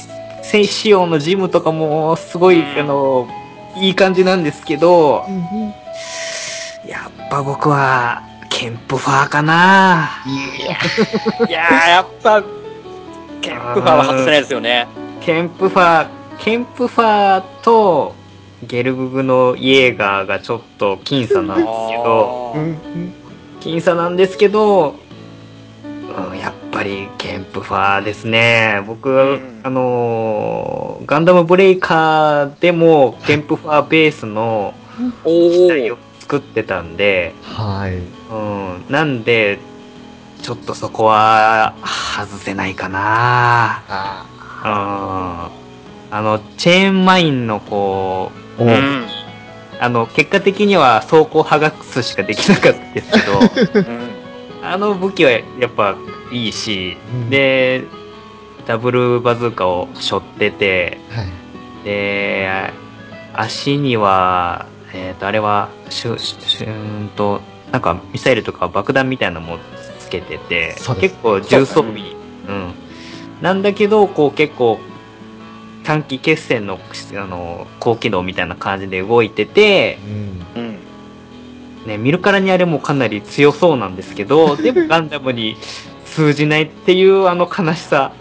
[SPEAKER 4] 選仕様のジムとかもすごい、
[SPEAKER 3] うん
[SPEAKER 4] あの、いい感じなんですけど、やっぱ僕は、ケンプファーかな。
[SPEAKER 3] いやーやっぱケンプファーは外せないですよね
[SPEAKER 4] ケンプファー、ケンプファーと、ゲルググのイエーガーがちょっと僅差なんですけど、
[SPEAKER 3] あ
[SPEAKER 2] う
[SPEAKER 3] ー
[SPEAKER 2] んうん
[SPEAKER 4] 僅差なんですけど、うん、やっぱりケンプファーですね。僕、
[SPEAKER 3] うん
[SPEAKER 4] あのーガンダムブレイカーでもケンプファーベースの機体
[SPEAKER 3] お
[SPEAKER 4] を
[SPEAKER 3] お
[SPEAKER 4] 作ってたんで、
[SPEAKER 2] はい。
[SPEAKER 4] うん、なんで、ちょっとそこは外せないかな
[SPEAKER 2] あ
[SPEAKER 4] うん。あの、チェーンマインのこう、
[SPEAKER 2] ーお
[SPEAKER 3] う
[SPEAKER 2] ー、
[SPEAKER 3] ん
[SPEAKER 4] あの、結果的には装甲剥がすしかできなかったですけど、
[SPEAKER 2] *laughs*
[SPEAKER 3] うん
[SPEAKER 4] あの武器はやっぱいいし、
[SPEAKER 2] うん
[SPEAKER 4] で、ダブルバズーカを背負ってて、
[SPEAKER 2] はい。
[SPEAKER 4] で、足には、えっ、と、あれは、しゅ、しゅ、しゅーんと、なんかミサイルとか爆弾みたいなのもつけてて
[SPEAKER 2] そう、です
[SPEAKER 4] 結構重装備、うん。なんだけど、こう結構、短期決戦の、あの、高機能みたいな感じで動いてて
[SPEAKER 2] う、ん。
[SPEAKER 3] うん
[SPEAKER 4] ね、見るからにあれもかなり強そうなんですけど、でもガンダムに通じないっていうあの悲しさ。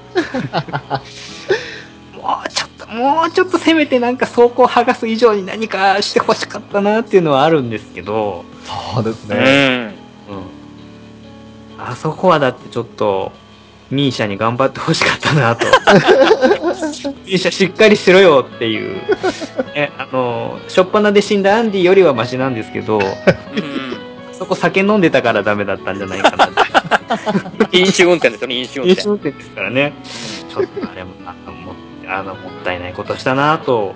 [SPEAKER 4] もうちょっと、もうちょっとせめてなんか装甲剥がす以上に何かしてほしかったなっていうのはあるんですけど、
[SPEAKER 2] そうです
[SPEAKER 3] う
[SPEAKER 2] ね。
[SPEAKER 3] ん
[SPEAKER 4] うん。あそこはだってちょっと、ミーシャに頑張ってほしかったなと。ミーシャしっかりしろよっていう。ね、あの、初っ端で死んだアンディよりはマシなんですけど、
[SPEAKER 3] うん
[SPEAKER 4] そこ酒飲んでたからダメだったんじゃないかなって。
[SPEAKER 3] 飲酒運転ですよね飲酒運
[SPEAKER 4] 飲
[SPEAKER 3] 転
[SPEAKER 4] 酒運転ですからね。ちょっとあれも、あの、もあのもったいないことしたなと、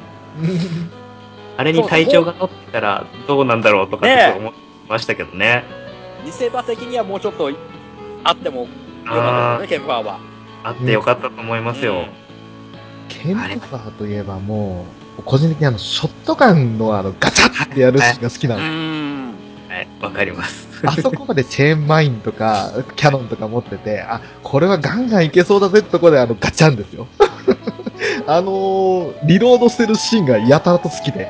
[SPEAKER 4] あれに体調が乗ってたらどうなんだろうとか
[SPEAKER 3] ねえ
[SPEAKER 4] ちょっと思いましたけどね。
[SPEAKER 3] 見せ場的にはもうちょっとあってもよか
[SPEAKER 4] あ
[SPEAKER 3] ったですよねケンプファーは
[SPEAKER 4] あ、あってよかったと思いますよ。
[SPEAKER 2] ケンプファーといえばもう、個人的にあの、ショットガンのあの、ガチャってやるシーンが好きな
[SPEAKER 3] う
[SPEAKER 2] の。
[SPEAKER 3] んん
[SPEAKER 4] はい、わかります。
[SPEAKER 2] あそこまでチェーンマインとか、キャノンとか持ってて、あ、これはガンガンいけそうだぜってとこであの、ガチャンですよ。 *laughs* あのーリロードしてるシーンがやたらと好きで。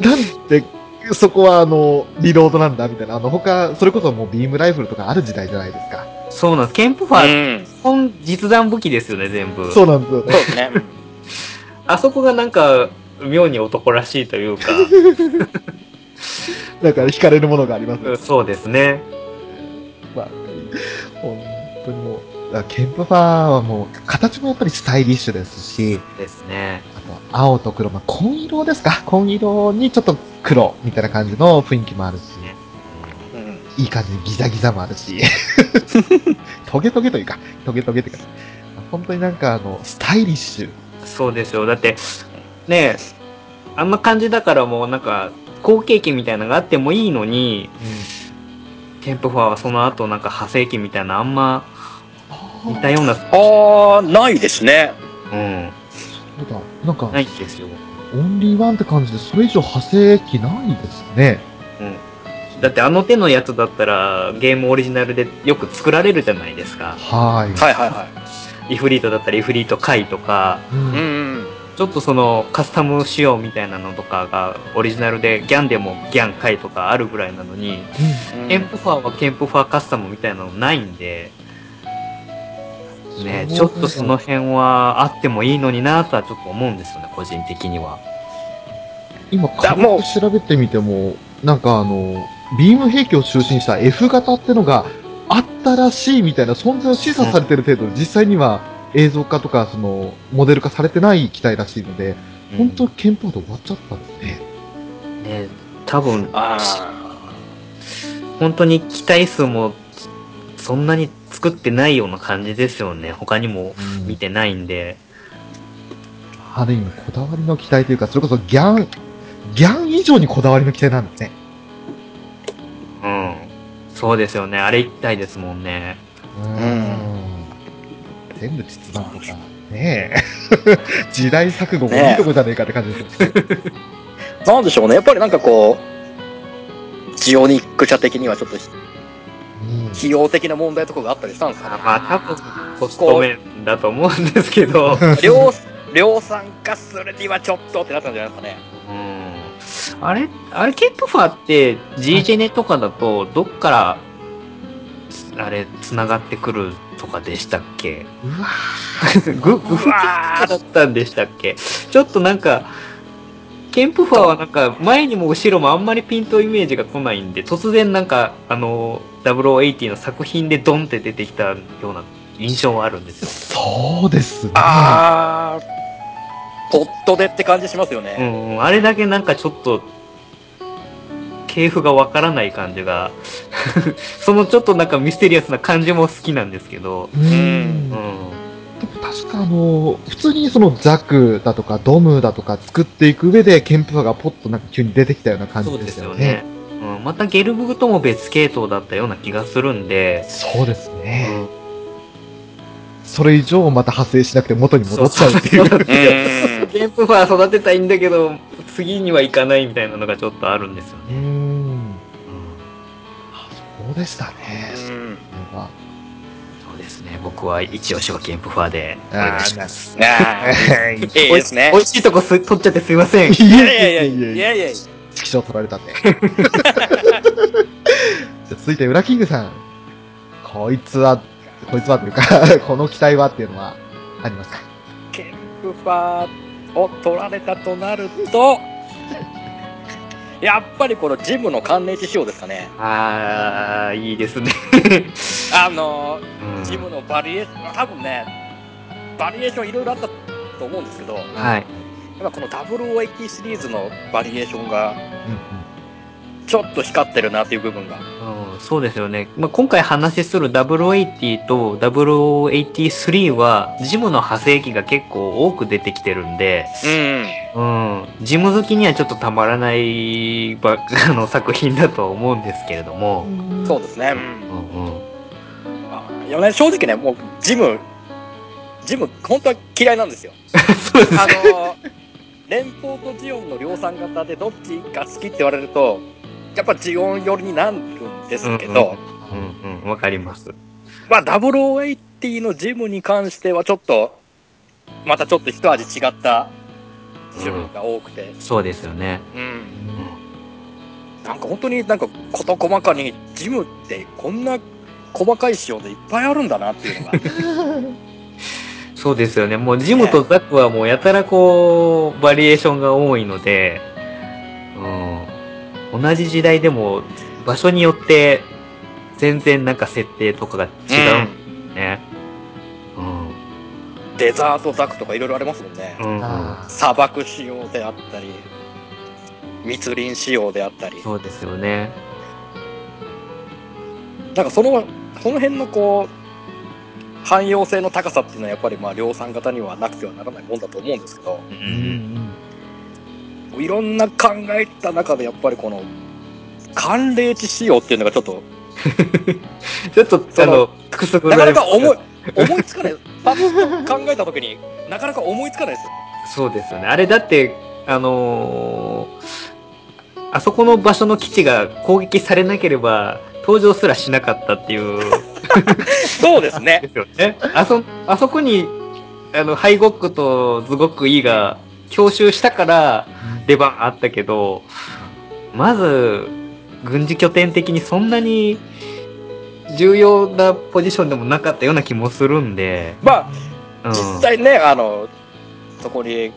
[SPEAKER 2] なんで、そこはあの、リロードなんだみたいな。あの、他、それこそもうビームライフルとかある時代じゃないですか。
[SPEAKER 4] そうなんです。ケンプファー、
[SPEAKER 3] うん
[SPEAKER 4] 本実弾武器ですよね、全部。
[SPEAKER 2] そうなんですよね。
[SPEAKER 3] そうですねうん
[SPEAKER 4] あそこがなんか、妙に男らしいとい
[SPEAKER 3] *laughs*
[SPEAKER 4] うか、
[SPEAKER 2] だから惹かれるものがありますよ
[SPEAKER 4] うんそうですね。
[SPEAKER 2] まあ、本当にもう、だからケンプファーはもう、形もやっぱりスタイリッシュですし、
[SPEAKER 4] ですね。
[SPEAKER 2] あと、青と黒、まあ、紺色ですか紺色にちょっと黒みたいな感じの雰囲気もあるし、
[SPEAKER 4] うん
[SPEAKER 3] うん
[SPEAKER 2] いい感じにギザギザもある
[SPEAKER 4] *laughs*
[SPEAKER 2] し、トゲトゲというか、トゲトゲというか、まあ本当になんかあの、スタイリッシュ。
[SPEAKER 4] そうですよ。だって、ねえ、あんな感じだからもうなんか、後継機みたいなのがあってもいいのに、ケンプファーはその後なんか派生機みたいなあんま似たような、
[SPEAKER 3] ああないですね
[SPEAKER 4] うん、
[SPEAKER 2] そうだ、なんか
[SPEAKER 4] な、いんですよ。
[SPEAKER 2] オンリーワンって感じで、それ以上派生機ないですね。
[SPEAKER 4] うん。だってあの手のやつだったらゲームオリジナルでよく作られるじゃないですか。
[SPEAKER 2] はい。
[SPEAKER 3] はいはいは
[SPEAKER 4] イフリートだったらイフリート回とか、
[SPEAKER 2] う
[SPEAKER 3] い。うん
[SPEAKER 2] ん
[SPEAKER 3] うん。
[SPEAKER 4] ちょっとそのカスタム仕様みたいなのとかがオリジナルでギャンでもギャン回とかあるぐらいなのに、
[SPEAKER 3] うん
[SPEAKER 4] ケンプファーはケンプファーカスタムみたいなのないんで、ね、ちょっとその辺はあってもいいのになとはちょっと思うんですよね、個人的には。
[SPEAKER 2] 今、
[SPEAKER 3] だ
[SPEAKER 2] 軽
[SPEAKER 3] もう
[SPEAKER 2] く調べてみても、なんかあの、ビーム兵器を中心にした F 型ってのがあったらしいみたいな、存在を示唆されてる程度、実際には映像化とか、その、モデル化されてない機体らしいので、本当に憲法で終わっちゃったんですね。
[SPEAKER 4] うんね、多分、
[SPEAKER 3] あ
[SPEAKER 4] 本当に期待数もそんなに作ってないような感じですよね。他にも見てないんで。
[SPEAKER 2] ある意味、こだわりの機体というか、それこそギャン、ギャン以上にこだわりの機体なんですね。
[SPEAKER 4] うん。そうですよね。あれ一体ですもんね。
[SPEAKER 2] う
[SPEAKER 3] うん
[SPEAKER 2] ん。全部実弾とか。ねえ。 *laughs* 時代錯誤もいいとこじゃねえかって感じですよね。
[SPEAKER 3] あ。なんでしょうね。やっぱりなんかこう、ジオニック社的にはちょっ
[SPEAKER 2] う
[SPEAKER 3] と
[SPEAKER 2] ん
[SPEAKER 3] 費用的な問題とかがあったりしたんですかね。
[SPEAKER 4] まあ多分コスト面だと思うんですけど。
[SPEAKER 3] *laughs* 量量産化するにはちょっとってなったんじゃないですかね。
[SPEAKER 4] うんあれ、あれ、ケンプファーって、G ジェネとかだと、どっから、つあれ、繋がってくるとかでしたっけ
[SPEAKER 2] うわ
[SPEAKER 4] グ、グフ
[SPEAKER 3] わ
[SPEAKER 4] だったんでしたっけちょっとなんか、ケンプファーはなんか、前にも後ろもあんまりピントイメージが来ないんで、突然なんか、あの、0080の作品でドンって出てきたような印象はあるんですよ。
[SPEAKER 2] そうですね。
[SPEAKER 3] あー、ポットでって感じしますよ
[SPEAKER 4] う
[SPEAKER 3] ね。
[SPEAKER 4] んうん、あれだけなんかちょっと、系譜がわからない感じが、 *laughs* そのちょっとなんかミステリアスな感じも好きなんですけど、
[SPEAKER 2] うん
[SPEAKER 3] うん
[SPEAKER 4] うん。
[SPEAKER 2] でも確かあの、普通にそのザクだとかドムだとか作っていく上で、ケンプファがポッとなんか急に出てきたような感
[SPEAKER 4] そ
[SPEAKER 2] じ
[SPEAKER 4] うで
[SPEAKER 2] ですす
[SPEAKER 4] よ
[SPEAKER 2] よ
[SPEAKER 4] ね
[SPEAKER 2] ね。。
[SPEAKER 4] うん、またゲルブグとも別系統だったような気がするんで、
[SPEAKER 2] そうです
[SPEAKER 4] う
[SPEAKER 2] ね。
[SPEAKER 4] ん
[SPEAKER 2] それ以上また派生しなくて元に戻っちゃうっていう。
[SPEAKER 4] そう
[SPEAKER 3] うん。
[SPEAKER 4] ケンプファー育てたいんだけど、次にはいかないみたいなのがちょっとあるんですよ
[SPEAKER 2] う
[SPEAKER 4] ね。
[SPEAKER 2] ん。
[SPEAKER 4] うん
[SPEAKER 2] あそうでしたね。それは
[SPEAKER 4] そうですね。僕は一押しはケンプファーで。お願
[SPEAKER 2] あ
[SPEAKER 4] いし
[SPEAKER 2] ー
[SPEAKER 4] ま
[SPEAKER 2] な
[SPEAKER 4] す。
[SPEAKER 3] あー
[SPEAKER 2] はい。
[SPEAKER 3] *laughs* いいですね
[SPEAKER 4] 美。味しいとこす取っちゃってすいません。
[SPEAKER 2] い
[SPEAKER 3] い
[SPEAKER 2] や
[SPEAKER 3] やいやい
[SPEAKER 2] い
[SPEAKER 3] や
[SPEAKER 2] や
[SPEAKER 3] い
[SPEAKER 2] い
[SPEAKER 3] や
[SPEAKER 2] や。
[SPEAKER 3] いやいや。
[SPEAKER 2] 色紙を取られたんで。 *laughs* じゃあ続いて、ウラキングさん。こいつは、こいつはというか、 *laughs* この機体はっていうのはありますか
[SPEAKER 3] ケンプファーを取られたとなると、やっぱりこのジムの寒冷地仕様ですかね。
[SPEAKER 4] あー、いいですね。
[SPEAKER 3] あの
[SPEAKER 4] うん
[SPEAKER 3] ジムのバリエーション、多分ね、バリエーションいろいろあったと思うんですけど、やっ
[SPEAKER 4] はい。
[SPEAKER 3] ぱこの WOAT シリーズのバリエーション
[SPEAKER 2] う
[SPEAKER 3] が
[SPEAKER 2] んうん。
[SPEAKER 3] ちょっと光ってるなっていう部分が。
[SPEAKER 4] うんそうですよね。まあ、今回話しする080と0083は、ジムの派生機が結構多く出てきてるんで、
[SPEAKER 3] うん。
[SPEAKER 4] うん、ジム好きにはちょっとたまらないば *laughs* あの作品だとは思うんですけれども、
[SPEAKER 3] そうですね。
[SPEAKER 4] うんうん *laughs*
[SPEAKER 3] あいやね、正直ね、もうジム、ジム、本当は嫌いなんですよ。
[SPEAKER 4] そうです
[SPEAKER 3] あのー連邦とジオンの量産型でどっちが好きって言われるとやっぱジオン寄りになるんですけど、
[SPEAKER 4] うんうん、わかります。
[SPEAKER 3] まあ0080のジムに関してはちょっとまたちょっと一味違った種類が多くて、
[SPEAKER 4] そうですよね。
[SPEAKER 3] うん、
[SPEAKER 4] うん
[SPEAKER 3] なんか本当になんか事細かにジムってこんな細かい仕様でいっぱいあるんだなっていうのが
[SPEAKER 4] そうですよね。もうジムとザクはもうやたらこう、バリエーションが多いので、うん。同じ時代でも場所によって全然なんか設定とか *laughs* が違うんですね。うん。
[SPEAKER 3] デザートザクとかいろいろありますもんね、
[SPEAKER 4] うん。
[SPEAKER 2] あー
[SPEAKER 3] 砂漠仕様であったり密林仕様であったり
[SPEAKER 4] そうですよね。
[SPEAKER 3] なんかその、その辺のこう、汎用性の高さっていうのはやっぱりまあ量産型にはなくてはならないもんだと思うんですけど、
[SPEAKER 4] う
[SPEAKER 2] うん
[SPEAKER 4] ん。
[SPEAKER 3] いろんな考えた中でやっぱりこの、寒冷地仕様っていうのがちょっと、
[SPEAKER 4] ちょっと、
[SPEAKER 3] そ
[SPEAKER 4] あ
[SPEAKER 3] の
[SPEAKER 4] の、くすぐ
[SPEAKER 3] なか
[SPEAKER 4] られ
[SPEAKER 3] な
[SPEAKER 4] ま
[SPEAKER 3] か
[SPEAKER 4] す
[SPEAKER 3] 思い、思いつかない。パッと考えた時になかなか思いつかないですよ。
[SPEAKER 4] そうですよね。あれだって、あのーあそこの場所の基地が攻撃されなければ登場すらしなかったっていう
[SPEAKER 3] そうですね
[SPEAKER 4] で。すよね。あそ、あそこに、あの、ハイゴックとズゴック E が強襲したから出番あったけど、まず、軍事拠点的にそんなに重要なポジションでもなかったような気もするんで、
[SPEAKER 3] まあ、
[SPEAKER 4] うん、
[SPEAKER 3] 実際ね、あの、そこに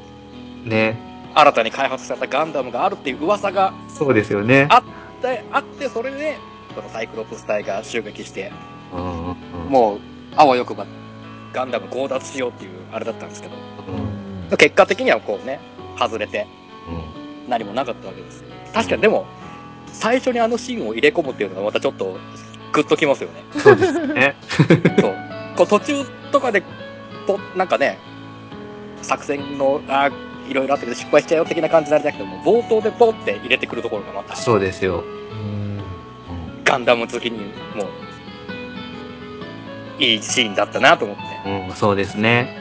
[SPEAKER 4] ね、
[SPEAKER 3] 新たに開発されたガンダムがあるっていう噂が
[SPEAKER 4] そうですよね。
[SPEAKER 3] であって、それで、そのサイクロプス隊が襲撃して、
[SPEAKER 4] うんうんうん
[SPEAKER 3] もう、あわよくば、ガンダム強奪しようっていうあれだったんですけど、
[SPEAKER 4] うん
[SPEAKER 3] 結果的にはこうね、外れて、
[SPEAKER 4] うん
[SPEAKER 3] 何もなかったわけです。確かにでも、最初にあのシーンを入れ込むっていうのがまたちょっと、グッときますよ
[SPEAKER 4] *laughs*
[SPEAKER 3] ね。
[SPEAKER 4] そうです
[SPEAKER 3] *laughs*
[SPEAKER 4] ね。
[SPEAKER 3] そう。こう途中とかで、ぽなんかね、作戦の、あーいろいろあったけど失敗しちゃうよ的な感じになりたけども、冒頭でポンって入れてくるところがまた、
[SPEAKER 4] そうですよ。
[SPEAKER 3] ガンダム好きにもう、いいシーンだったなと思って。
[SPEAKER 4] うん、そうですね。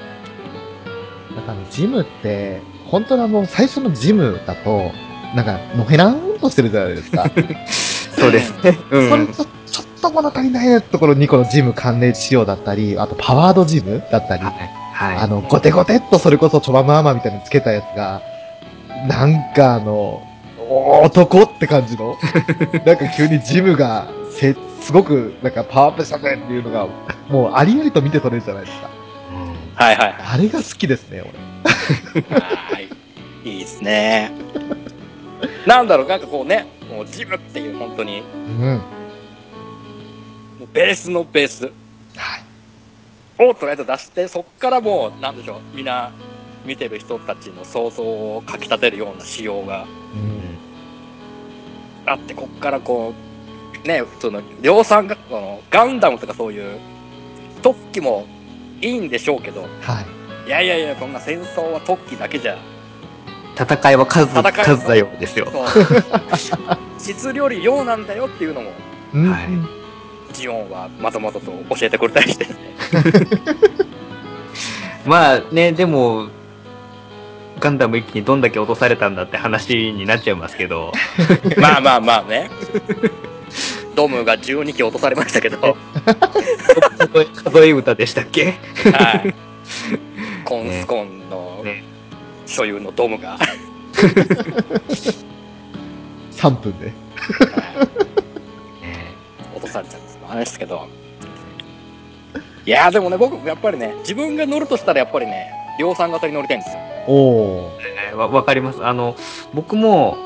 [SPEAKER 2] なんかあのジムって、本当にあの、最初のジムだと、なんか、のへらーんとしてるじゃないですか。
[SPEAKER 4] そうですね。 *laughs* う
[SPEAKER 2] それ
[SPEAKER 4] ん
[SPEAKER 2] ち。ょちょっと物足りないなところにこのジム関連仕様だったり、あとパワードジムだったり、
[SPEAKER 4] はい。
[SPEAKER 2] あ
[SPEAKER 4] はい。
[SPEAKER 2] の、ゴテゴテっとそれこそチョバムアーマーみたいにつけたやつが、なんかあの、おー男って感じ
[SPEAKER 3] *laughs*
[SPEAKER 2] の、なんか急にジムがせ、すごくなんかパワーアップしたぜっていうのが、もうありありと見て取れるじゃないですか。
[SPEAKER 4] うん
[SPEAKER 3] はいはい
[SPEAKER 2] あれが好きですね、俺。
[SPEAKER 3] はい。いいですね。なんだろう、なんかこうね、もうジムっていう本当に、
[SPEAKER 2] うん。
[SPEAKER 3] もうベースのベース
[SPEAKER 2] はい。
[SPEAKER 3] をとりあえず出して、そこからもう、なんでしょう、みんな見てる人たちの想像をかき立てるような仕様が
[SPEAKER 2] うん。
[SPEAKER 3] あって、こっからこう、ね、普通の量産が、そのガンダムとかそういう、特機もいいんでしょうけど、
[SPEAKER 2] はい。
[SPEAKER 3] いやいやいや、そんな戦争は特機だけじゃ、
[SPEAKER 4] 戦いは数、
[SPEAKER 3] 戦いは
[SPEAKER 4] 数だようですよ。 *laughs*
[SPEAKER 3] そう質料理用なんだよっていうのも、
[SPEAKER 2] うん
[SPEAKER 4] はい
[SPEAKER 3] ジオンはまとまとと教えてくれた
[SPEAKER 4] *laughs*
[SPEAKER 3] りして、
[SPEAKER 4] まあね、でも、ガンダム一気にどんだけ落とされたんだって話になっちゃいますけど、
[SPEAKER 3] まあまあまあね。ドムが12機落とされま
[SPEAKER 4] *laughs*
[SPEAKER 3] したけど、は
[SPEAKER 4] 数え数え歌でしたっけ
[SPEAKER 3] い。コン
[SPEAKER 4] ね
[SPEAKER 3] スコンの
[SPEAKER 4] ね
[SPEAKER 3] 所有のドムが、
[SPEAKER 2] 3分で。
[SPEAKER 3] 落とされちゃうんですあれですけど。いやーでもね、僕、やっぱりね、自分が乗るとしたらやっぱりね、量産型に乗りたいんですよ。
[SPEAKER 2] おー。
[SPEAKER 4] えーわわかります。あの、僕も、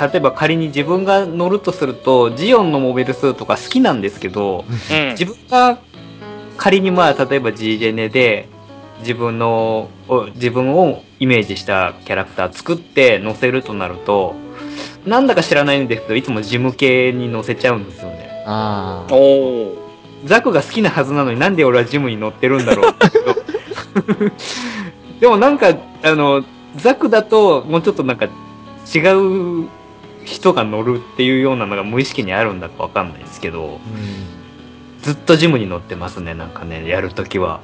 [SPEAKER 4] 例えば仮に自分が乗るとすると、ジオンのモビルスーツとか好きなんですけど、
[SPEAKER 3] うん
[SPEAKER 4] 自分が仮にまあ、例えば G ジェネで、自分の、お自分をイメージしたキャラクター作って乗せるとなると、なんだか知らないんですけど、いつもジム系に乗せちゃうんですよね。
[SPEAKER 2] あー。
[SPEAKER 3] おー。
[SPEAKER 4] ザクが好きなはずなのになんで俺はジムに乗ってるんだろう *laughs* でもなんかあのザクだともうちょっとなんか違う人が乗るっていうようなのが無意識にあるんだかわかんないですけど
[SPEAKER 2] うん
[SPEAKER 4] ずっとジムに乗ってますねなんかねやるときは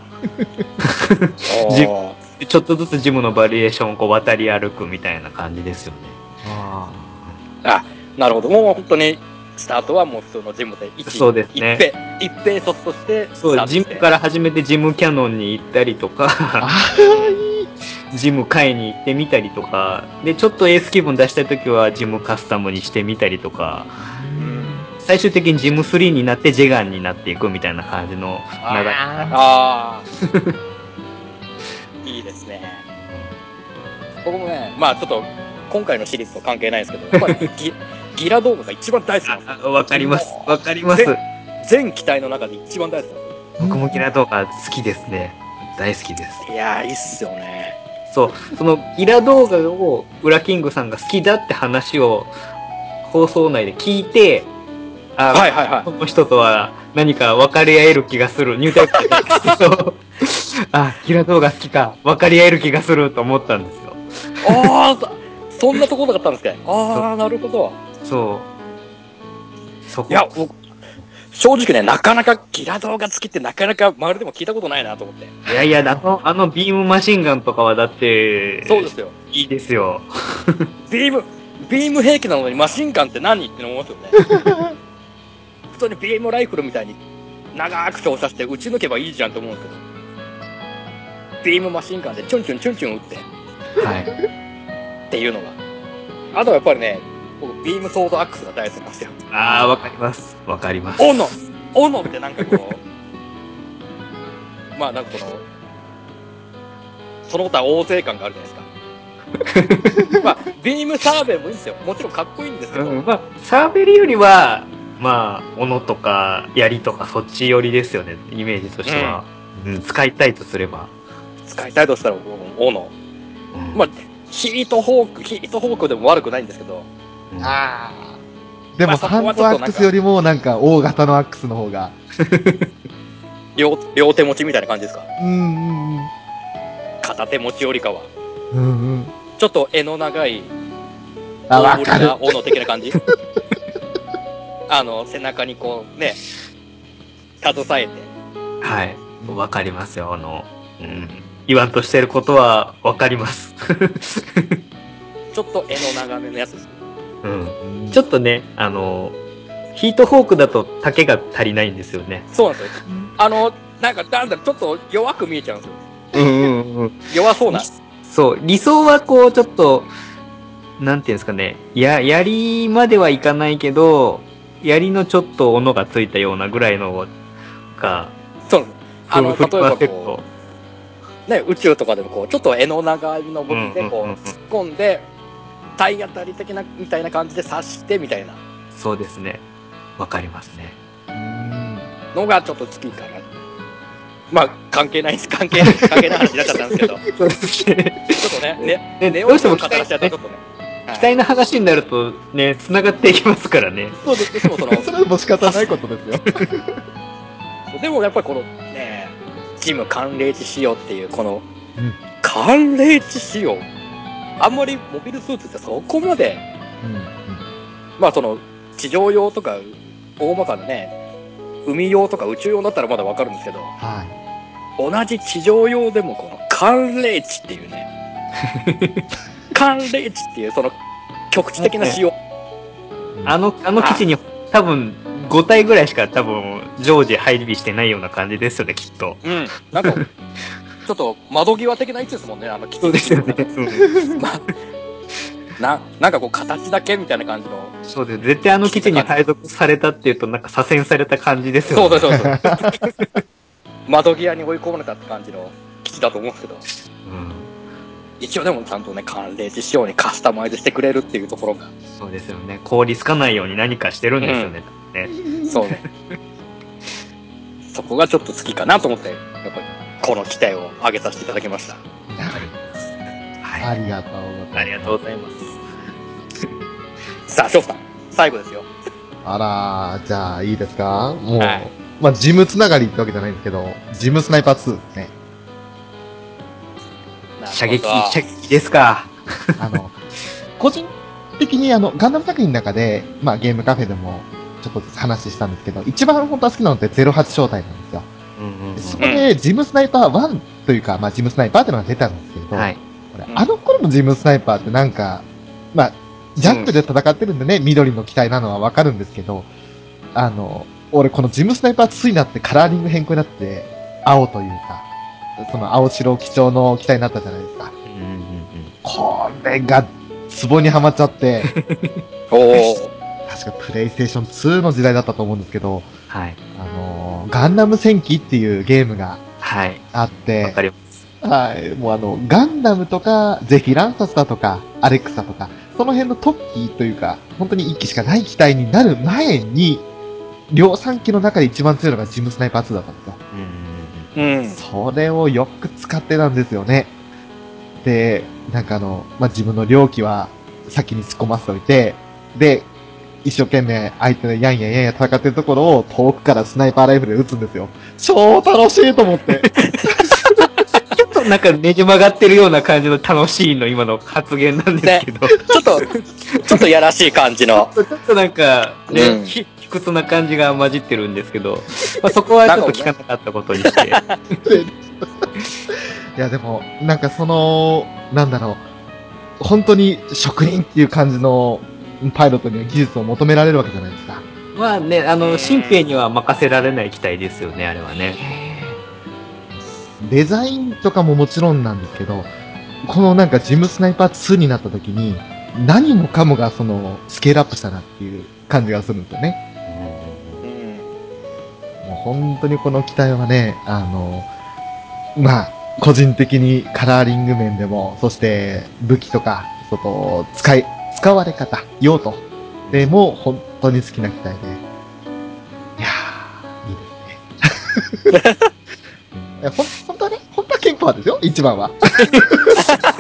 [SPEAKER 4] ジ
[SPEAKER 3] おー
[SPEAKER 4] ちょっとずつジムのバリエーションをこう渡り歩くみたいな感じですよね
[SPEAKER 2] あ
[SPEAKER 3] あ、なるほど。もう本当に、スタートはもう普通のジムで一、
[SPEAKER 4] そうですね
[SPEAKER 3] 一平、一平卒として、。
[SPEAKER 4] そうジムからら始めてジムキャノンに行ったりとか *laughs*
[SPEAKER 2] ー。あー、いい。
[SPEAKER 4] ジム買いに行ってみたりとか、で、ちょっとエース気分出したい時はジムカスタムにしてみたりとか、最終的にジム3になってジェガンになっていくみたいな感じの流れ。
[SPEAKER 2] あ
[SPEAKER 3] あ
[SPEAKER 4] *laughs*
[SPEAKER 3] あ。いいですね。僕もね、まあちょっと、今回のシリーズと関係ないですけど、やっぱり
[SPEAKER 4] *laughs*
[SPEAKER 3] ギギラ動画が一番大好きなんですよ
[SPEAKER 4] あわかります。わかります。
[SPEAKER 3] で全機体の中で一番大好きなんで
[SPEAKER 4] 僕もキラ動画好きですね。大好きです。
[SPEAKER 3] すよいやー、いいっすよね。
[SPEAKER 4] そう、そのギラ動画をウラキングさんが好きだって話を放送内で聞いて、あ、
[SPEAKER 3] はいはいは
[SPEAKER 4] *laughs* この人とは何か分かり合える気がする。ニュータイプだけど *laughs* あ、キラ動画好きか。分かり合える気がすると思ったんですよ。
[SPEAKER 3] い。ああ、そそんなところだったんですかああ、なるほど。
[SPEAKER 4] そう。そこ。
[SPEAKER 3] いや、僕、正直ね、なかなかギラ動画好きってなかなか周りでも聞いたことないなと思って。
[SPEAKER 4] いやいや、あの、あのビームマシンガンとかはだって、
[SPEAKER 3] そうですよ。
[SPEAKER 4] いいですよ。
[SPEAKER 3] ビーム、ビーム兵器なのにマシンガンって何って思いますよね普通にビームライフルみたいに長く照射して撃ち抜けばいいじゃんと思うんですけどビームマシンガンでチュンチュンチュンチュン撃って
[SPEAKER 4] はい。
[SPEAKER 3] っていうのがあとはやっぱりね僕ビームソードアックスが大好きなんですよ
[SPEAKER 4] ああ、わかります。わかります。
[SPEAKER 3] 斧斧ってなんかこうまあなんかこのその他大勢感があるじゃないですかまあビームサーベイもいいんですよもちろんかっこいいんですけど、
[SPEAKER 4] うん、まあ、サーベルよりは、まあ、斧とか槍とかそっち寄りですよね、イメージとしては。うん、使いたいとすれば。
[SPEAKER 3] 使いたいとしたら僕も斧
[SPEAKER 4] うん
[SPEAKER 3] まあヒートホークヒートホークでも悪くないんですけど
[SPEAKER 4] うん
[SPEAKER 3] あ
[SPEAKER 2] で
[SPEAKER 3] ま
[SPEAKER 2] も、
[SPEAKER 3] あそ
[SPEAKER 2] ハ
[SPEAKER 3] こは
[SPEAKER 2] ン
[SPEAKER 3] ちょ
[SPEAKER 2] ドア
[SPEAKER 3] っと
[SPEAKER 2] ッ
[SPEAKER 3] なんか
[SPEAKER 2] クスよりも、なんか、大型のアックスの方が。
[SPEAKER 3] 両両手持ちみたいな感じですか
[SPEAKER 2] うん、うん、
[SPEAKER 3] 片手持ちよりかは
[SPEAKER 2] うん。うん、うん。
[SPEAKER 3] ちょっと柄の長い
[SPEAKER 2] あ、
[SPEAKER 3] 大
[SPEAKER 2] わ
[SPEAKER 3] ぶり
[SPEAKER 2] かる
[SPEAKER 3] な。斧的な感じあの背中にこうね携えて
[SPEAKER 4] はい。わかりますよ、あの、うん。言わんとしてることはわかります。 *laughs*
[SPEAKER 3] ちょっと柄の長めのやつです
[SPEAKER 4] うん。
[SPEAKER 2] うん
[SPEAKER 4] ちょっとね、あの、ヒートホークだと丈が足りないんですよね。
[SPEAKER 3] そうなんですよあのなんかなんだろうちょっと弱く見えちゃうんですよ
[SPEAKER 4] うんうんうん。
[SPEAKER 3] 弱そうな
[SPEAKER 4] そう、理想はこう、ちょっと、なんていうんですかね、や、槍まではいかないけど、槍のちょっと斧がついたようなぐらいのが、
[SPEAKER 3] そうなんですあの
[SPEAKER 4] ふ
[SPEAKER 3] 例
[SPEAKER 4] ふ
[SPEAKER 3] えばこう、ね、宇宙とかでもこうちょっと柄の長いの武器でこう
[SPEAKER 4] うんうんうんうん
[SPEAKER 3] 突っ込んで体当たり的なみたいな感じで刺してみたいな
[SPEAKER 4] そうですね。わかりますね。
[SPEAKER 2] うん
[SPEAKER 3] のがちょっと好きかなまあ関係ないです関係
[SPEAKER 4] *laughs*
[SPEAKER 3] ない関係ない話になっちゃったんですけどちょ
[SPEAKER 4] そうですね。
[SPEAKER 3] っとねね
[SPEAKER 4] ね
[SPEAKER 3] ネ
[SPEAKER 4] ど
[SPEAKER 3] オ
[SPEAKER 4] うし
[SPEAKER 3] 人
[SPEAKER 4] て
[SPEAKER 3] の
[SPEAKER 4] も期
[SPEAKER 3] 方らしちゃうと
[SPEAKER 4] 待,、
[SPEAKER 3] ちょっとねはい
[SPEAKER 4] 期待の話になるとね、繋がっていきますからね。
[SPEAKER 3] そうですどうしてもその
[SPEAKER 2] それはもう仕方ないことですよ。
[SPEAKER 3] でもやっぱりこのねジム寒冷地仕様っていうこの
[SPEAKER 2] うん
[SPEAKER 3] 寒冷地仕様あんまりモビルスーツってそこまで
[SPEAKER 2] うん、
[SPEAKER 3] まあその地上用とか大まかなね海用とか宇宙用だったらまだわかるんですけど
[SPEAKER 2] は
[SPEAKER 3] 同じ地上用でもこの寒冷地っていう *laughs* ね寒冷地っていうその局地的な仕様
[SPEAKER 4] あの、あの基地に多分5体ぐらいしか多分常時配備してないような感じですよね、きっと。
[SPEAKER 3] うんなんかちょっと窓際的な位置ですもんねあのそうですよね
[SPEAKER 4] うん
[SPEAKER 3] ななんかこう形だけみたいな感じの
[SPEAKER 4] そうです。絶対あの基地に配属されたっていうと、なんか左遷された感じですよ
[SPEAKER 3] そ
[SPEAKER 4] ね。
[SPEAKER 3] うそうそうそう。窓際に追い込まれたって感じの基地だと思うんですけど、
[SPEAKER 4] うん
[SPEAKER 3] 一応でもちゃんとね、寒冷地仕様にカスタマイズしてくれるっていうところが、
[SPEAKER 4] そうですよね。凍りつかないように何かしてるんですよね。ね
[SPEAKER 3] そうね。そこがちょっと好きかなと思って、やっぱりこの期待を上げさせていただきました。
[SPEAKER 2] い。
[SPEAKER 4] は
[SPEAKER 2] あ
[SPEAKER 4] い。
[SPEAKER 2] りがとうございます。
[SPEAKER 4] ありがとうございます。
[SPEAKER 3] さあ、翔さん、最後ですよ。
[SPEAKER 2] あらー、じゃあいいですかもう、
[SPEAKER 3] はい
[SPEAKER 2] まあジムつながりってわけじゃないんですけど、ジムスナイパー2ですね。
[SPEAKER 4] 射撃、
[SPEAKER 3] なるほど
[SPEAKER 4] 射撃ですか。
[SPEAKER 2] あの、個人的にあの、ガンダム作品の中で、まあゲームカフェでもちょっと話したんですけど、一番本当は好きなのって08招待なんですよ。
[SPEAKER 4] うんうん
[SPEAKER 2] でそこでジムスナイパー1というか、まあジムスナイパーってのが出たんですけ
[SPEAKER 4] う
[SPEAKER 2] ど、
[SPEAKER 4] ん。はい。
[SPEAKER 2] これあの頃のジムスナイパーってなんか、まあ、ジャンプで戦ってるんでね、緑の機体なのはわかるんですけど、あの、俺このジムスナイパー2になってカラーリング変更になって、青というか、その青白基調の機体になったじゃないですか。
[SPEAKER 4] うんうんうん
[SPEAKER 2] これが、ツボにはまっちゃ
[SPEAKER 4] *laughs*
[SPEAKER 2] って、
[SPEAKER 3] おー
[SPEAKER 2] 確かプレイステーション2の時代だったと思うんですけど、
[SPEAKER 4] はい。
[SPEAKER 2] あの、ガンダム戦記っていうゲームが
[SPEAKER 4] はい。
[SPEAKER 2] あっ
[SPEAKER 4] わ
[SPEAKER 2] て
[SPEAKER 4] か、ります。
[SPEAKER 2] はい。もうあの、ガンダムとか、ゼフィランサスだとか、アレクサとか、その辺のトッキーというか、本当に1機しかない機体になる前に、量産機の中で一番強いのがジムスナイパー2だったんですよ。
[SPEAKER 4] うんうん
[SPEAKER 3] うん。
[SPEAKER 2] それをよく使ってたんですよね。で、なんかあの、まあ、自分の猟機は先に突っ込ませておいて、で、一生懸命相手のやんやんやんや戦ってるところを遠くからスナイパーライフルで撃つんですよ。超楽しいと思って。
[SPEAKER 4] うんちょっとなんかねじ曲がってるような感じの楽しいの今の発言なんですけど、 *laughs* ち
[SPEAKER 3] ちょっと、ちょっとやらしい感じの。
[SPEAKER 4] ょっとなんか
[SPEAKER 3] う
[SPEAKER 4] ね、
[SPEAKER 3] ん
[SPEAKER 4] ひ卑屈な感じが混じってるんですけど、まあ、そこはちょっと聞かなかったことにして。
[SPEAKER 2] いやでも、なんかその、なんだろう。本当に職人っていう感じのパイロットには技術を求められるわけじゃないですか。
[SPEAKER 4] *laughs* まあね、あの、新兵には任せられない機体ですよね、あれは *laughs* ね。
[SPEAKER 2] デザインとかももちろんなんですけど、このなんかジムスナイパー2になった時に、何もかもがそのスケールアップしたなっていう感じがするんですよね。
[SPEAKER 3] うん
[SPEAKER 2] もう本当にこの機体はね、あの、まあ、個人的にカラーリング面でも、そして武器とか、その使い、使われ方、用途でも本当に好きな機体で。いやー、いいですね *laughs* いや。ほん、本当はね、本当は憲法ですよ、一番は。
[SPEAKER 4] す